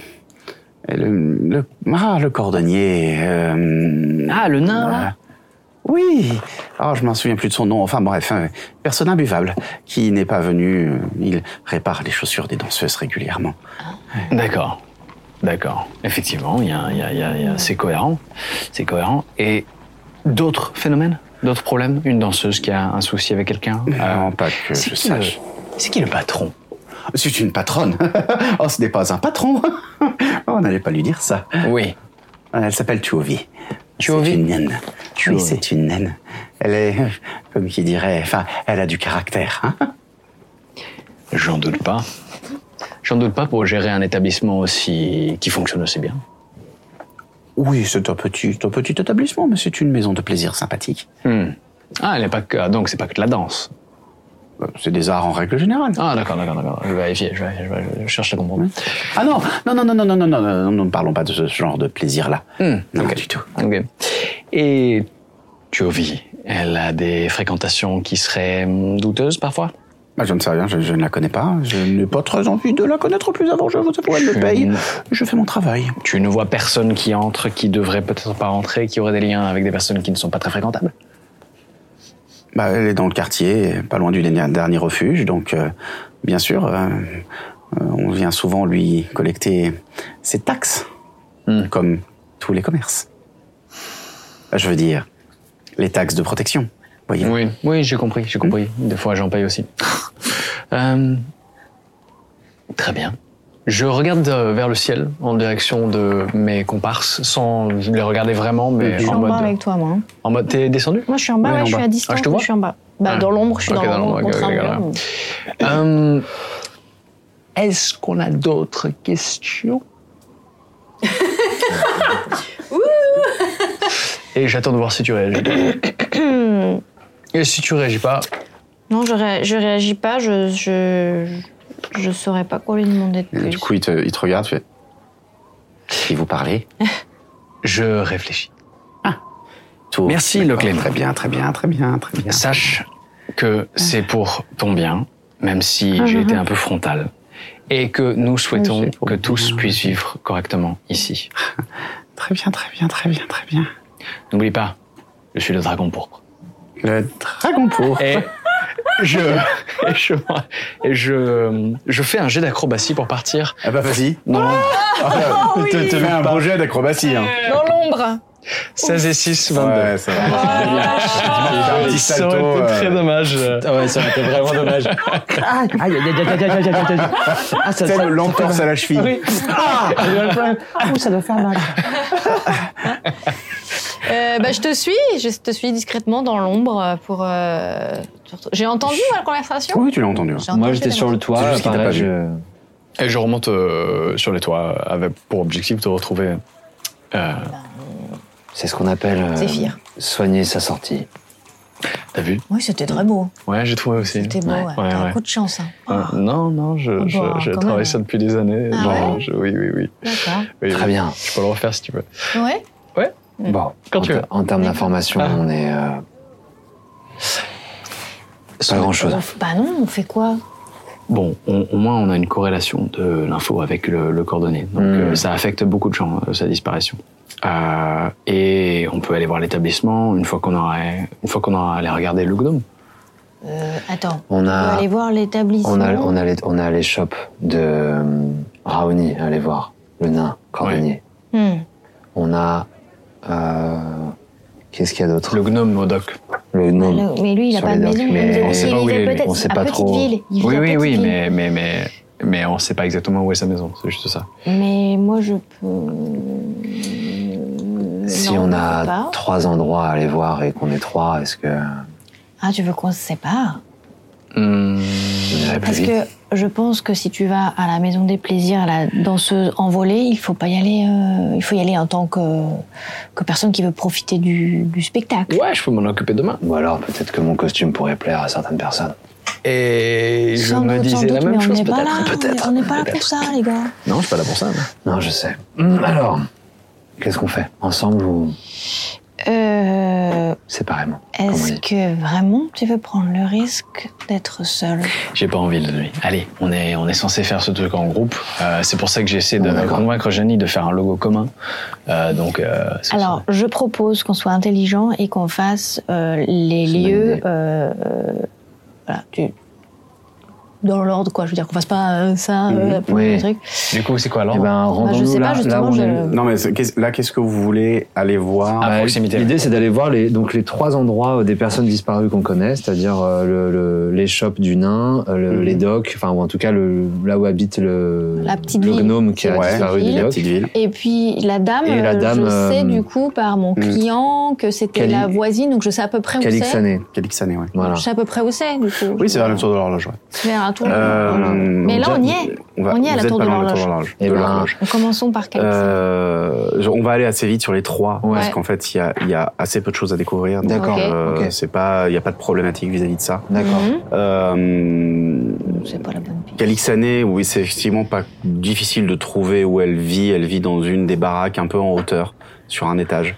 le, le- ah, le cordonnier. euh,
Ah, le nain, là
euh, Oui. Ah, je m'en souviens plus de son nom. Enfin bref, euh, personne imbuvable qui n'est pas venu. euh, Il répare les chaussures des danseuses régulièrement.
D'accord. D'accord. Effectivement, il y a, il y a- il y a- il y a- c'est cohérent. C'est cohérent. Et d'autres phénomènes D'autres problèmes Une danseuse qui a un souci avec quelqu'un Euh,
non, pas que
c'est
je
qui euh, le-
sache.
C'est qui le patron
C'est une patronne. oh, ce n'est pas un patron. on n'allait pas lui dire ça. Euh,
Oui.
Elle s'appelle Tuovi.
Tuovi
C'est une naine.
Tuovi.
Oui, c'est une naine. Elle est, euh, comme qui dirait, enfin, elle a du caractère. hein.
J'en doute pas. J'en doute pas pour gérer un établissement aussi qui fonctionne aussi bien.
oui, c'est un petit, un petit établissement, mais c'est une maison de plaisir sympathique.
Hmm. Ah, elle n'est pas que ah, donc c'est pas que de la danse.
Euh, C'est des arts en règle générale.
Ah d'accord, d'accord, d'accord. Je vais vérifier. Je, vais- je vais- je cherche à comprendre.
Ah non, non, non, non, non, non, non, non, non, non, ne parlons pas de ce genre de plaisir-là.
Hmm.
Non,
Ok.
du tout.
Ok. Et Jovi, elle a des fréquentations qui seraient hum, douteuses parfois.
Bah, je ne sais rien, je, je ne la connais pas. Je n'ai pas très envie de la connaître plus avant, je vous avoue, elle
Tu-
me paye. Je fais mon travail.
Tu ne vois personne qui entre, qui devrait peut-être pas rentrer, qui aurait des liens avec des personnes qui ne sont pas très fréquentables.
Bah, elle est dans le quartier, pas loin du dernier, dernier refuge, donc euh, bien sûr, euh, euh, on vient souvent lui collecter ses taxes,
Hmm.
comme tous les commerces. Bah, Je veux dire, les taxes de protection, voyez.
Oui, oui, j'ai compris, j'ai compris. Des fois, j'en paye aussi. Euh, très bien. Je regarde euh, vers le ciel en direction de mes comparses, sans les regarder vraiment, mais
Je suis
en
en bas
mode.
avec toi, moi. hein.
En mode, t'es descendu
Moi, je suis en bas,
Ouais,
ouais,
en
je
bas.
suis à distance,
Ah, je te
mais
vois
je suis en bas. Bah,
Ah.
dans l'ombre, je suis
Ok,
dans
dans
l'ombre,
l'ombre, ok,
contre un
ok,
mur.
ok. Euh, Est-ce qu'on a d'autres questions Et j'attends de voir si tu réagis. Et si tu réagis pas,
Non, je, ré- je réagis pas, je, je, je saurais pas quoi lui demander de
Et
plus.
du coup, il te, il te regarde, fait
Si vous parlez,
je réfléchis.
tout.
Merci,
D'accord,
Leclerc.
Très bien, très bien, très bien, très bien.
Sache que c'est pour ton bien, même si
Ah,
j'ai été un peu frontal, et que nous souhaitons
c'est pour
que
mon
tous
bien.
puissent vivre correctement ici.
Très bien, très bien, très bien, très bien.
N'oublie pas, je suis le dragon pourpre.
Le dragon pour.
Et je, et je, et je, je fais un jet d'acrobatie pour partir.
Ah bah vas-y.
dans l'ombre.
Ah
Tu te, te mets un projet d'acrobatie. Hein.
Euh,
Dans l'ombre
16 et 6,
Oh,
22.
Ouais, ça va.
Ah,
un petit
ça
salto,
aurait été très
euh,
dommage.
Ah ouais, ça aurait été vraiment dommage.
Aïe, aïe, aïe, aïe, aïe, aïe, aïe, aïe, aïe. Ah, ça,
Telle l'entorse à la cheville.
ah, ouh, ça doit faire mal.
Euh, bah, je te suis, je te suis discrètement dans l'ombre pour. euh, J'ai entendu ma conversation
Ah
Oui, tu l'as entendu. hein.
J'ai
Moi,
entendu
j'étais
la
sur le toit.
C'est juste qu'il t'a
pareil,
pas vu.
je-
Et je remonte euh, sur les toits avec pour objectif de retrouver. euh,
C'est ce qu'on appelle euh,
Zéphyr.
soigner sa sortie.
T'as vu
Oui, c'était très beau.
Ouais, j'ai trouvé aussi.
C'était beau, ouais.
ouais,
T'as
ouais.
un coup de chance. hein.
Euh, non, non, je,
Ah
je,
bah,
je
quand
travaille
même.
ça depuis des années.
Ah
Non,
ouais
je- oui, oui, oui.
D'accord.
Oui,
Très
oui.
bien.
Je peux le refaire si tu veux.
Ouais. Mm.
Bon,
Quand
en,
tu
te-
veux.
en termes d'information,
Ah.
on est. euh, Pas grand chose.
Bah non, on fait quoi
bon, on- au moins on a une corrélation de l'info avec le, le coordonné. Donc euh, ça affecte beaucoup de gens, euh, sa disparition. Euh, et on peut aller voir l'établissement une fois qu'on aura, une fois qu'on aura allé regarder le gnome.
Euh, attends,
On
on va
a,
aller voir l'établissement.
on a, on a les, on a les shops de euh, Raoni, allez voir, le nain, cordonnier.
Hmm.
On a, euh, qu'est-ce qu'il y a d'autre
Le gnome Modoc.
Le gnome.
Alors, mais lui, il n'a
Sur
pas
les
de
docks,
maison.
mais
il
on
nous
sait
a dit
pas où
qu'il
il est,
vivait
lui.
peut-être
On sait
à
pas
Petite
trop.
Ville. Il vivait
Oui,
à
oui,
Petite
oui,
Ville.
mais, mais, mais, mais on sait pas exactement où est sa maison, c'est juste ça.
Mais moi, je peux.
Si
Non,
on
peut
a
pas.
trois endroits à aller voir et qu'on est trois, est-ce que
Ah, tu veux qu'on se sépare
Hmm,
on irait plus
Parce
vite
que je pense que si tu vas à la Maison des Plaisirs, à la danseuse envolée, il faut pas y aller. euh, il faut y aller en tant que, que personne qui veut profiter du, du spectacle.
Ouais, je peux m'en occuper demain.
Ou alors peut-être que mon costume pourrait plaire à certaines personnes.
Et je
Sans
me
doute, sans
disais la
doute,
même
mais on
chose,
n'est pas là.
peut-être.
on est-
Peut-être.
On n'est pas là pour
peut-être.
ça, les gars.
Non, je suis pas là pour ça.
Non, je sais. Hum, Alors, qu'est-ce qu'on fait Ensemble ou
Euh,
séparément comme on
Est-ce
dit
que vraiment tu veux prendre le risque d'être seul
J'ai pas envie de lui. Allez, on est, on est censé faire ce truc en groupe. Euh, c'est pour ça que j'ai essayé de
Bon, d'accord.
convaincre Janie de faire un logo commun. Euh, donc, euh, c'est-
Alors, je propose qu'on soit intelligent et qu'on fasse euh, les
C'est une bonne
lieux.
idée.
euh, euh, voilà, tu- dans l'ordre, quoi. Je veux dire, qu'on fasse pas euh, ça, euh,
Mhm.
pour
Oui.
le truc.
du coup, c'est quoi
Eh
alors
ben,
Bah, je
rendons-nous
sais
là,
pas,
là où
justement.
on
je-
est.
Non, mais c'est- qu'est-ce- là, qu'est-ce que vous voulez aller voir
À
Bah,
proximité.
L'idée, c'est d'aller voir les, donc, les trois endroits euh, des personnes disparues qu'on connaît, c'est-à-dire euh, le- le- les shops du nain, euh, le-
Mhm.
les docks, enfin, ou en tout cas, le, là où habite le,
La petite
le
ville.
gnome qui a
Ouais,
disparu
la
des
La
docks.
petite ville.
Et puis, la dame,
Et la
euh,
dame,
je sais
euh,
du coup par mon client que c'était
Cali-
la voisine, donc je sais à peu près où c'est.
Calixané,
Calixané, ouais.
voilà.
Je sais à peu près où c'est, du coup.
Oui, c'est vers le tour de l'horloge, ouais.
C'est vers un tour.
Euh,
Voilà. Mais là,
donc,
on y
déjà,
est.
va-
On y est à
vous
la
êtes
tour
pas
de
loin la tour de
l'horloge.
l'horloge.
Eh
de
ben,
l'horloge.
Commençons par Calixané.
Euh, je- on va aller assez vite sur les trois
Ouais.
parce qu'en fait il y a, il y a assez peu de choses à découvrir. donc,
D'accord,
Ok.
euh,
ok.
C'est pas, il n'y a pas de problématique vis-à-vis de ça.
D'accord.
Mhm.
Euh,
C'est pas la bonne piste.
Calixané, oui, c'est effectivement pas difficile de trouver où elle vit. Elle vit dans une des baraques un peu en hauteur, sur un étage.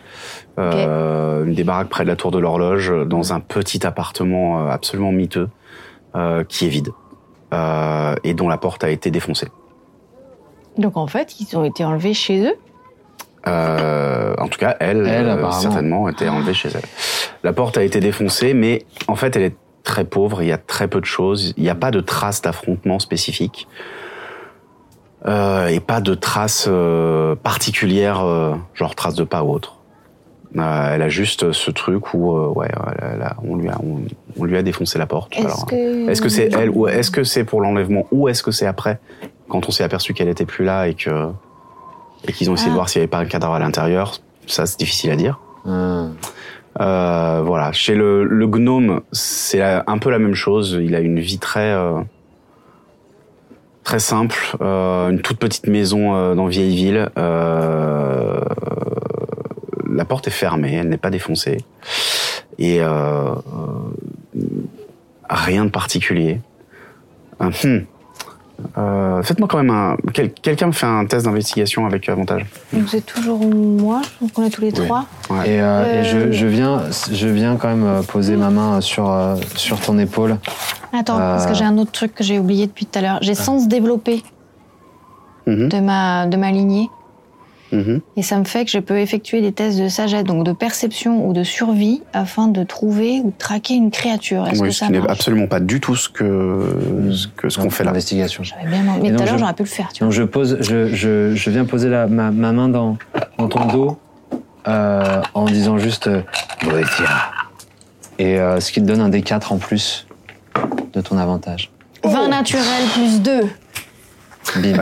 Euh, Une des baraques près de la tour de l'horloge, dans un petit appartement euh, absolument miteux, euh, qui est vide, euh, et dont la porte a été défoncée.
Donc, en fait, ils ont été enlevés chez eux.
Euh, en tout cas, elle,
Elle,
euh,
apparemment.
certainement, était enlevée chez elle. La porte a été défoncée, mais en fait, elle est très pauvre. Il y a très peu de choses. Il n'y a pas de traces d'affrontement spécifiques euh, et pas de traces euh, particulières, euh, genre traces de pas ou autre. Euh, elle a juste ce truc où, euh, ouais, elle a- elle a- on lui a, on, on lui a défoncé la porte.
Est-ce
Alors,
que.
est-ce que c'est elle ou est-ce que c'est pour l'enlèvement ou est-ce que c'est après quand on s'est aperçu qu'elle était plus là et que et qu'ils ont essayé de
Ah.
voir s'il n'y avait pas un cadavre à l'intérieur Ça, c'est difficile à dire.
Ah.
Euh, voilà. Chez le, le gnome, c'est la- un peu la même chose. Il a une vie très euh, très simple, euh, une toute petite maison euh, dans vieille ville. Euh, la porte est fermée, elle n'est pas défoncée et euh, euh, rien de particulier. Euh, hmm. Euh, Faites-moi quand même un. quel- Quelqu'un me fait un test d'investigation avec avantage.
Donc, c'est toujours moi, je pense qu'on est tous les
Oui.
trois.
Et, euh, et je,
Euh.
je viens, je viens quand même euh, poser ma main sur, euh, sur ton épaule.
Attends,
Euh.
parce que j'ai un autre truc que j'ai oublié depuis tout à l'heure. J'ai sens développé
Ah. Mhm.
de, ma, de ma lignée.
Mhm.
Et ça me fait que je peux effectuer des tests de sagesse, donc de perception ou de survie, afin de trouver ou de traquer une créature. Est-ce
Oui,
que
ce
ça
qui n'est
marche
absolument pas du tout ce que ce que
Euh,
ce qu'on fait là.
Investigation.
J'avais bien envie. Mais
Et
tout
donc,
à l'heure,
je-
j'aurais pu le faire, tu vois.
Donc je pose, je, je, je viens poser la, ma, ma main dans, dans ton dos euh, en disant juste euh, Boethia. Et euh, ce qui te donne un D4 en plus de ton avantage.
Oh.
20 naturels plus 2.
Bim.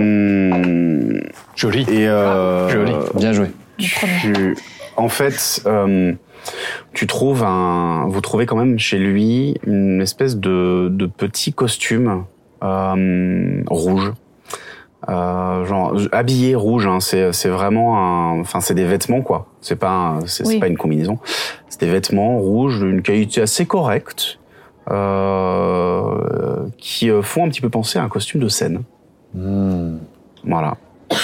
Euh,
Joli.
et euh,
Joli.
Bien joué.
tu- en fait, euh, tu trouves un, vous trouvez quand même chez lui une espèce de, de petit costume euh, rouge, euh, genre habillé rouge. Hein, c'est c'est vraiment un, enfin c'est des vêtements quoi. C'est pas un- c'est c'est
Oui.
pas une combinaison. C'est des vêtements rouges d'une qualité assez correcte. Euh, qui euh, font un petit peu penser à un costume de scène.
Hmm.
Voilà.
Ah,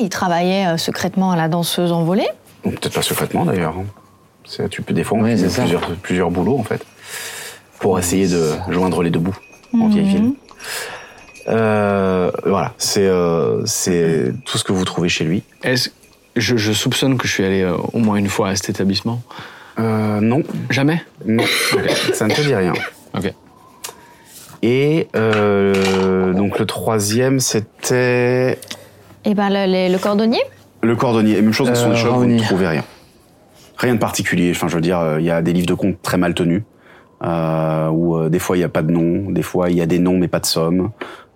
il travaillait euh, secrètement à la danseuse envolée.
Ou Peut-être pas secrètement d'ailleurs. hein. C'est- Tu peux des fois on
Oui,
cumule
c'est ça.
plusieurs, plusieurs boulots en fait. Pour essayer de joindre les deux bouts. en vieil film. Euh, voilà, c'est euh, c'est tout ce que vous trouvez chez lui.
Est-ce- je, je soupçonne que je suis allé euh, au moins une fois à cet établissement.
Euh, non,
Jamais
non, Ok, ça ne te dit rien.
Ok.
Et euh, donc le troisième, c'était
Et ben le, les- le cordonnier
le cordonnier. Et même chose dans son
Euh,
shop, vous ne
Raoni.
trouvez rien. Rien de particulier. Enfin, je veux dire, euh, il y a des livres de comptes très mal tenus, euh, où euh, des fois il n'y a pas de nom, des fois il y a des noms mais pas de somme.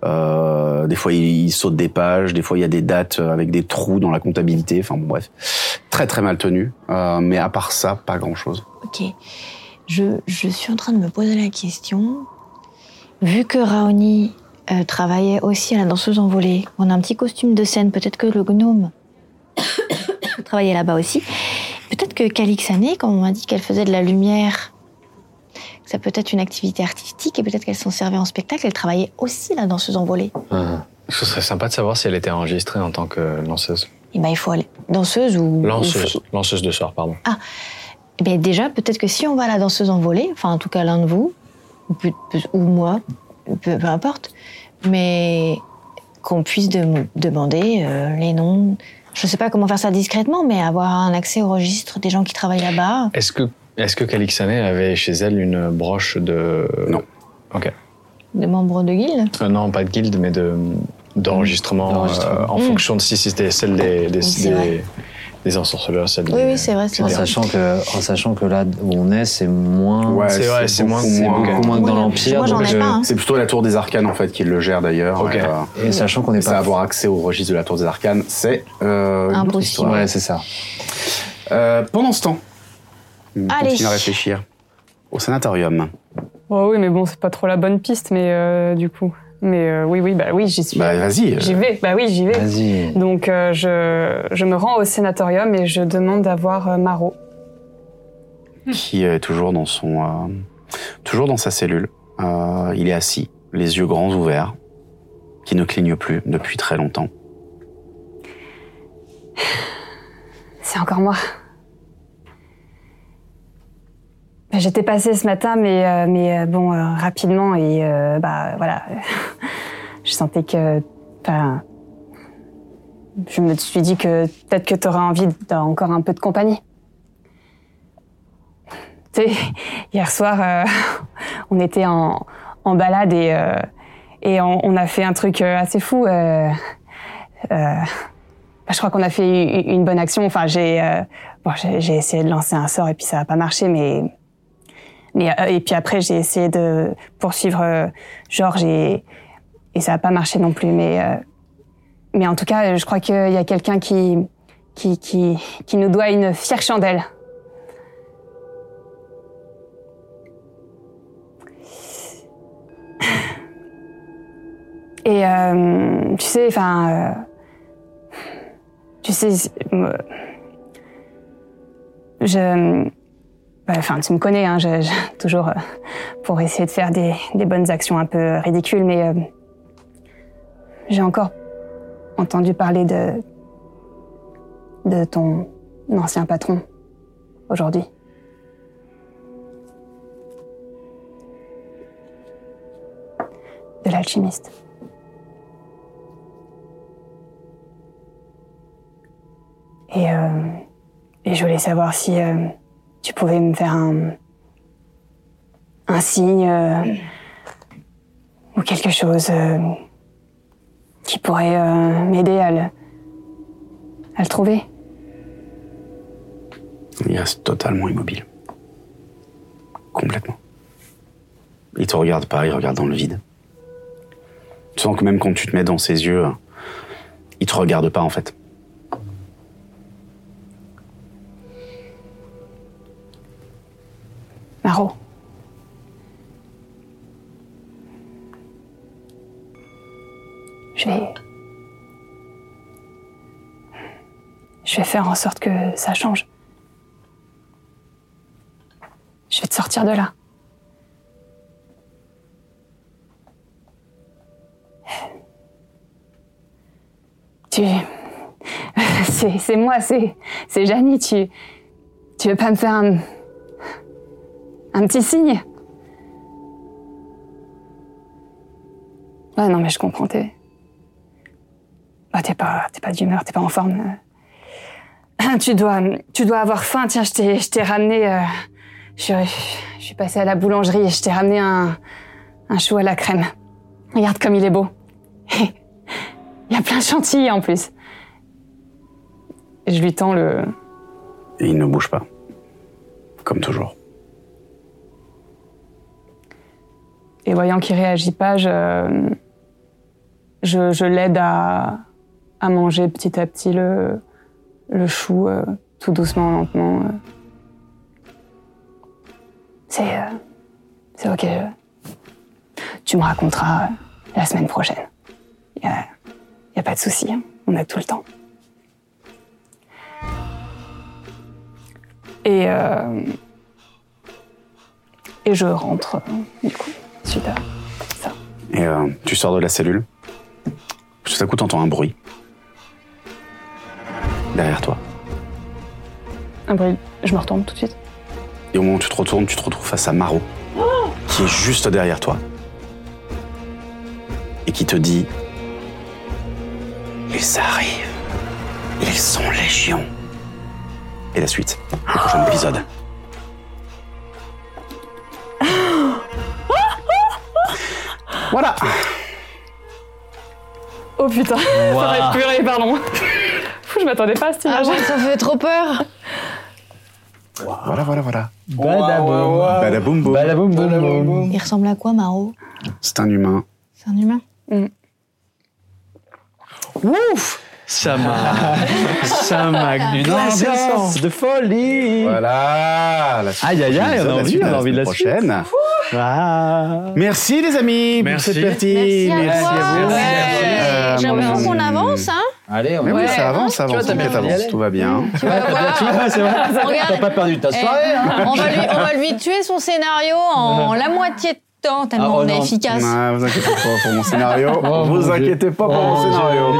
Euh, des fois, il, il saute des pages. Des fois, il y a des dates euh, avec des trous dans la comptabilité. Enfin, bon, bref, très très mal tenu. Euh, mais à part ça, pas grand chose.
Ok. Je, je suis en train de me poser la question. Vu que Raoni euh, travaillait aussi à la danseuse envolée, on a un petit costume de scène, peut-être que le gnome travaillait là-bas aussi. Peut-être que Calixane, quand on m'a dit qu'elle faisait de la lumière, que ça peut être une activité artistique et peut-être qu'elle s'en servait en spectacle, elle travaillait aussi la danseuse envolée.
Ce serait sympa de savoir si elle était enregistrée en tant que lanceuse.
Et ben il faut aller. Danseuse ou.
Lanceuse,
ou-
lanceuse de sort, pardon.
Eh ben, déjà, peut-être que si on va à la danseuse envolée, enfin en tout cas l'un de vous, ou, peut- peut- ou moi, peu, peu importe, mais qu'on puisse de- demander euh, les noms. Je sais pas comment faire ça discrètement, mais avoir un accès au registre des gens qui travaillent là-bas.
Est-ce que, est-ce que Calixane avait chez elle une broche de.
Non.
Ok.
Des membres de guilde
Euh, non, pas de guilde, mais de, d'enregistrement euh, en
Mm.
fonction de si c'était celle des, des,
c'est
des, des ensorceleurs, celle
Oui,
des-
oui, c'est vrai, c'est
En
vrai.
sachant, que, en sachant que là où on est, c'est moins.
Ouais,
c'est vrai, c'est moins-
c'est beaucoup
moins-
moins que dans
Ouais,
l'Empire.
moi, j'en
donc,
ai pas, hein.
C'est plutôt la tour des arcanes en fait qui le gère d'ailleurs.
Ok.
Et, euh,
euh, Et sachant qu'on
et
n'est
ça,
pas.
avoir accès au registre de la tour des arcanes, c'est euh, une autre
Impossible.
histoire.
Ouais, c'est ça.
Euh, pendant ce temps, on
Allez.
continue à réfléchir au sanatorium.
Oh oui, mais bon, c'est pas trop la bonne piste, mais euh, du coup. Mais euh, oui, oui, bah oui, j'y suis.
Bah vas-y. euh,
j'y vais, bah oui, j'y vais.
Vas-y.
Donc euh, je, je me rends au sénatorium et je demande à voir euh, Maro.
qui est toujours dans son, euh, toujours dans sa cellule. Euh, il est assis, les yeux grands ouverts, qui ne cligne plus depuis très longtemps.
C'est encore moi. Bah, J'étais passée ce matin, mais, euh, mais euh, bon, euh, rapidement, et euh, bah voilà. je sentais que. Enfin. Je me suis dit que peut-être que t'aurais envie d'encore un peu de compagnie. Tu sais, hier soir, euh, on était en, en balade et, euh, et on, on a fait un truc euh, assez fou. euh, euh, bah, je crois qu'on a fait u- une bonne action. Enfin, j'ai euh, bon, j'ai j'ai essayé de lancer un sort et puis ça n'a pas marché, mais mais euh, et puis après j'ai essayé de poursuivre euh, Georges et et ça n'a pas marché non plus. Mais euh, mais en tout cas, euh, je crois qu'il y a quelqu'un qui qui qui qui nous doit une fière chandelle. Et euh, tu sais, enfin. euh, tu sais, c'est- moi, je, bah, enfin, tu me connais, hein, je, je- toujours euh, pour essayer de faire des, des bonnes actions un peu ridicules, mais euh, j'ai encore entendu parler de de ton ancien patron aujourd'hui. De l'alchimiste. Et, euh, et je voulais savoir si euh, tu pouvais me faire un, un signe euh, ou quelque chose euh, qui pourrait euh, m'aider à le, à le trouver.
Il reste totalement immobile. Complètement. Il te regarde pas, il regarde dans le vide. Tu sens que même quand tu te mets dans ses yeux, euh, il te regarde pas en fait.
Maro. Je vais. Je vais faire en sorte que ça change. Je vais te sortir de là. Tu. C'est c'est moi, c'est. C'est Janie, tu. Tu veux pas me faire un. Un petit signe Ouais, non, mais je comprends, t'es. Bah, t'es pas, t'es pas d'humeur, t'es pas en forme. euh. Tu dois, tu dois avoir faim. Tiens, je t'ai, je t'ai ramené. euh, je, je suis passée à la boulangerie et je t'ai ramené un, un chou à la crème. Regarde comme il est beau. il y a plein de chantilly en plus. Et je lui tends le.
Et il ne bouge pas. Comme toujours.
Et voyant qu'il réagit pas, je, je, je l'aide à, à manger petit à petit le, le chou, euh, tout doucement, lentement. euh. C'est, euh, c'est ok. je- Tu me raconteras euh, la semaine prochaine. Il n'y a, y a pas de souci, hein, on a tout le temps. Et, euh, et je rentre, euh, du coup, suite à-
Et euh, tu sors de la cellule. Tout à coup, t'entends un bruit. Derrière toi.
Un bruit. Je me retourne tout de suite.
Et au moment où tu te retournes, tu te retrouves face à Maro, qui est juste derrière toi. Et qui te dit Ils arrivent. Ils sont légion. Et la suite, le prochain épisode. Voilà.
Oh putain,
Wow.
ça va être purée, pardon. Fou, je m'attendais pas à cette
Ah,
image. ça fait trop peur.
Voilà, voilà, voilà.
Badaboum.
Badaboum boum.
Badaboum boum.
Il ressemble à quoi, Maro
C'est un humain.
C'est un humain
Ouf Ça m'a. ça m'a. Une
Glacé.
ambiance de folie
Voilà. la suite
Aïe, aïe, aïe,
du
on a
épisode, la
envie,
suite
on a envie de la Ah.
semaine prochaine. Merci les amis pour cette partie.
Merci à toi.
Euh,
J'ai l'impression qu'on avance, hein
Allez, on
Mais oui,
va.
ça avance, ça
Tu vois,
avance,
t'as bien
t'inquiète,
fait d'y
avance,
aller.
tout va bien.
Regarde.
T'as pas perdu ta
Eh,
soirée. hein.
on, va lui, on va lui tuer son scénario en la moitié de temps, tellement
Ah, oh
on est
non.
efficace.
Non, vous inquiétez pas pour mon scénario.
Oh, mon
vous
Dieu.
inquiétez pas pour mon
Oh,
scénario.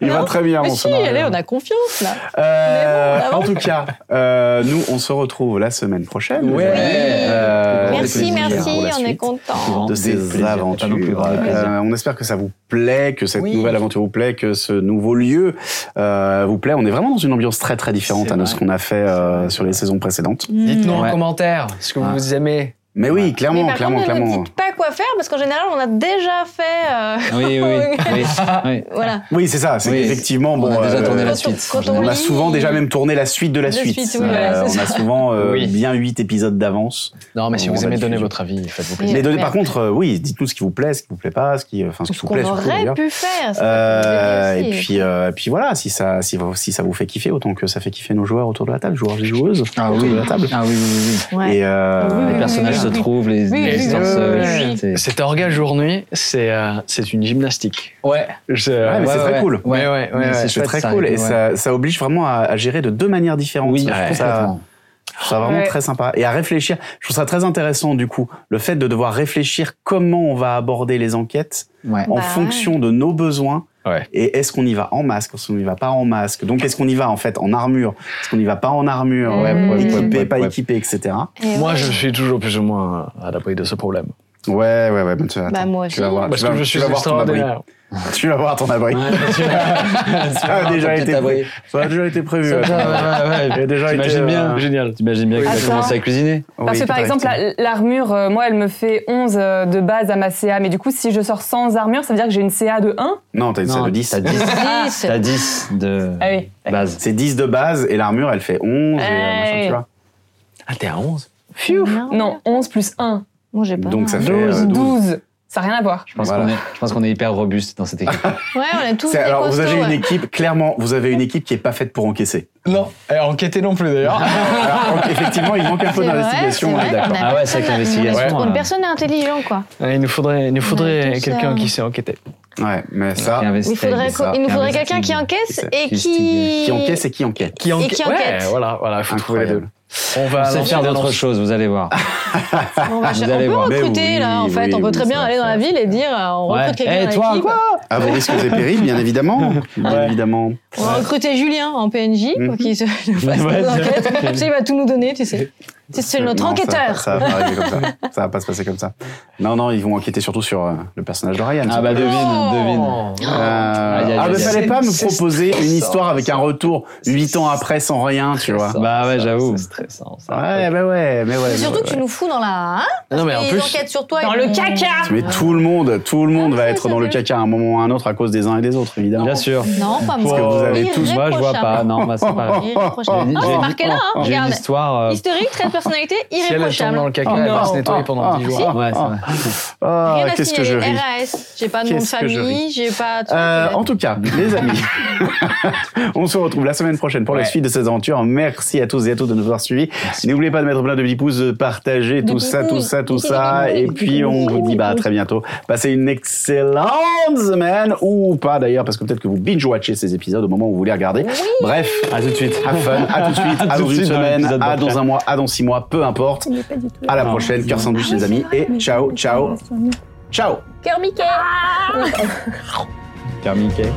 Il va très bien,
Mais
mon
si,
scénario.
allez, on a confiance là.
Euh, en tout cas, euh, nous, on se retrouve la semaine prochaine.
Ouais. Oui.
Euh,
merci,
plaisir
merci,
pour la
on est
suite
content.
de ces aventures. Euh, on espère que ça vous plaît, que cette nouvelle aventure vous plaît, que ce nouveau lieu euh, vous plaît. On est vraiment dans une ambiance très très différente à de ce qu'on a fait euh, sur les saisons précédentes.
Mm.
Dites-nous
Ouais.
en commentaire ce que vous aimez.
Mais oui, clairement,
Mais par
clairement,
contre, ne
clairement.
nous dites pas quoi faire parce qu'en général, on a déjà fait. euh,
Ah,
voilà.
Oui, c'est ça. C'est
Oui.
effectivement bon.
On a déjà tourné la
on-
suite,
en
On a
général.
souvent déjà même tourné la suite de la,
La
suite. Euh,
suite, oui, voilà,
on
c'est
a
ça.
souvent euh,
Oui.
bien 8 épisodes d'avance.
Non, mais si
On
vous
va
aimez,
diffuser.
donnez votre avis, faites-vous plaisir.
Mais donnez par
merde.
contre, euh, oui, dites-nous ce qui vous plaît, ce qui vous plaît pas, ce qui, euh, enfin, ce qui vous
qu'on
plaît, surtout,
aurait
d'ailleurs.
pu faire. c'est
Euh,
pas
et
possible.
puis, euh, et puis voilà, si ça, si, si ça vous fait kiffer, autant que ça fait kiffer nos joueurs autour de la table, joueurs et joueuses autour de la table.
Ah oui, oui, oui.
Ouais. Ah
Et euh,
Oui, oui,
Les personnages se trouvent, les
Oui,
les
oui,
histoires se.
oui.
c'est-
Cet orga jour-nuit, c'est euh, c'est une gymnastique.
Ouais.
Je- euh,
ouais, mais c'est très cool.
Ouais, ouais, ouais.
Mais
ouais.
c'est
C'est
chouette,
très
ça
cool
arrive,
et
ouais.
ça, ça oblige vraiment à, à gérer de deux manières différentes.
Oui,
Je trouve
ouais.
ça-
complètement.
Je trouve ça vraiment
Ouais.
très sympa. Et à réfléchir, je trouve ça très intéressant du coup, le fait de devoir réfléchir comment on va aborder les enquêtes
Ouais.
en
Bah
fonction de nos besoins.
Ouais.
Et est-ce qu'on y va en masque, est-ce qu'on y va pas en masque Donc est-ce qu'on y va en fait en armure, est-ce qu'on y va pas en armure,
Ouais,
Mmh.
ouais, ouais,
équipé,
ouais,
pas
ouais.
équipé, etc.
Et
Moi,
ouais.
je suis toujours plus ou moins à l'abri de ce problème.
Ouais, ouais, ouais. mais tu, vas-
Bah, moi
tu vas
aussi.
voir,
Parce
tu vas,
que je
tu
suis
vas voir ton abri.
extraordinaire.
Tu vas voir ton abri. ça, a déjà été,
abri.
ça a déjà été prévu.
Ça,
attends.
ouais, ouais,
Il a
ouais.
déjà été,
T'imagines bien,
euh,
Génial.
T'imagines bien que
Attends.
t'as commencé à cuisiner.
Parce
Ah. oui,
que par
tout à
exemple,
fait.
la- l'armure, euh, moi, elle me fait 11 euh, de base à ma CA, mais du coup, si je sors sans armure, ça veut dire que j'ai une CA de 1
Non, t'as dit ça
Non,
de 10.
T'as 10.
Dix.
T'as 10 de
Ah oui.
base.
C'est 10 de base et l'armure elle fait 11 et, euh, machin,
Ouais.
tu vois.
Ah, t'es à 11
Non, 11 plus 1,
Moi, j'ai pas.
Donc ça fait euh,
12.
12.
Ça n'a rien à voir.
Je pense
Voilà.
qu'on est- je pense qu'on est hyper robuste dans cette équipe.
Ouais, on est tous
C'est-
des
alors vous
costauds,
avez une
ouais.
équipe, clairement, vous avez une équipe qui est pas faite pour encaisser.
Non, et enquêter non plus d'ailleurs.
Alors, donc, effectivement, il manque un peu
C'est vrai,
d'investigation, hein.
c'est
on est
vrai qu'on
d'accord.
a
Ah ouais, c'est
personne
avec
à- on
l'investigation,
a-
ouais.
une personne intelligente, quoi.
Il nous faudrait, il nous
On a
faudrait
tous
quelqu'un
un-
qui sait enquêter.
Ouais, mais ça, Ah,
Qui
Il,
investigue,
faudrait
ça.
qu'on- il nous faudrait
investigue.
quelqu'un qui encaisse et qui.
Qui investigue.
qui encaisse et qui enquête.
Qui,
Et qui enquête.
Ouais, voilà, voilà, il faut trouver les deux.
Incroyable.
On va
Bah, On sait
lancer
faire
la
d'autres
lance.
choses, vous allez voir.
On, va
Vous
cher- on
allez
peut
voir.
Mais
recruter,
oui,
là, en
oui,
fait.
oui,
on peut
oui,
très
ça
bien
va
aller dans la
faire.
ville et dire euh, on
Ouais.
recrute quelqu'un.
Eh,
dans
toi,
l'équipe.
quoi
À vos risques et périls, bien évidemment. Bien évidemment. Mhm.
On va recruter Julien en PNJ pour qu'il se fasse
Ouais.
des enquêtes. Tu sais, il va tout nous donner, tu sais. C'est- c'est notre
Non, ça-
enquêteur.
Ça, va pas arriver comme ça. Ça va pas se passer comme ça. Non, non, ils vont enquêter surtout sur euh, le personnage de Ryan.
Ah bah, devine,
Oh.
devine.
Euh,
Aïe, aïe,
ah,
aïe,
ne
aïe.
fallait pas me
C'est
proposer une
stressant,
histoire avec un retour huit ans après sans rien, tu vois.
Bah ouais, j'avoue.
C'est stressant. Ouais, bah ouais, mais ouais. mais
Surtout
ouais,
que tu
ouais.
nous fous dans la. hein
Non, mais en
Ils
plus-
enquêtent sur toi.
Dans
ils
le
vont-
caca
Mais tout le monde, tout le monde va être dans le caca à un moment ou à un autre à cause des uns et des autres, évidemment. Bien
sûr.
Non, pas
Parce que
moi.
vous avez tous.
Moi, je vois pas. Non, bah, c'est pas.
Oh,
Irréprochable.
J'ai-
Ah,
j'ai-
c'est marqué là, hein,
j'ai une
regarde.
histoire. euh,
Historique, trait de personnalité,
elle tombe
irréprochable.
dans le caca, elle va se nettoyer pendant dix jours. Ouais, c'est vrai.
Ah,
Rien à
qu'est-ce que je
signaler.
ris.
RAS, j'ai pas de nom de
Qu'est-ce que je
famille, j'ai pas. tu vois,
Euh,
c'est-
en tout cas, les amis, on se retrouve la semaine prochaine pour la suite de ces aventures. Merci à tous et à toutes de nous avoir suivis. N'oubliez pas de mettre plein de petits pouces, de partager tout ça, tout ça, tout ça. Et puis, on vous dit bah, à très bientôt. Passez une excellente semaine ou pas d'ailleurs, parce que peut-être que vous binge-watchez ces épisodes au moment où vous les regardez. Bref, à tout de suite. À fun, à tout de suite, à
Tout
dans
de
une
suite dans
semaine,
l'épisode
à dans
d'après.
un mois, à dans six mois, peu importe.
Ah
À la prochaine, cœur sandwich, les amis. Et ciao, ciao, ciao.
Cœur Mickey
Cœur Mickey.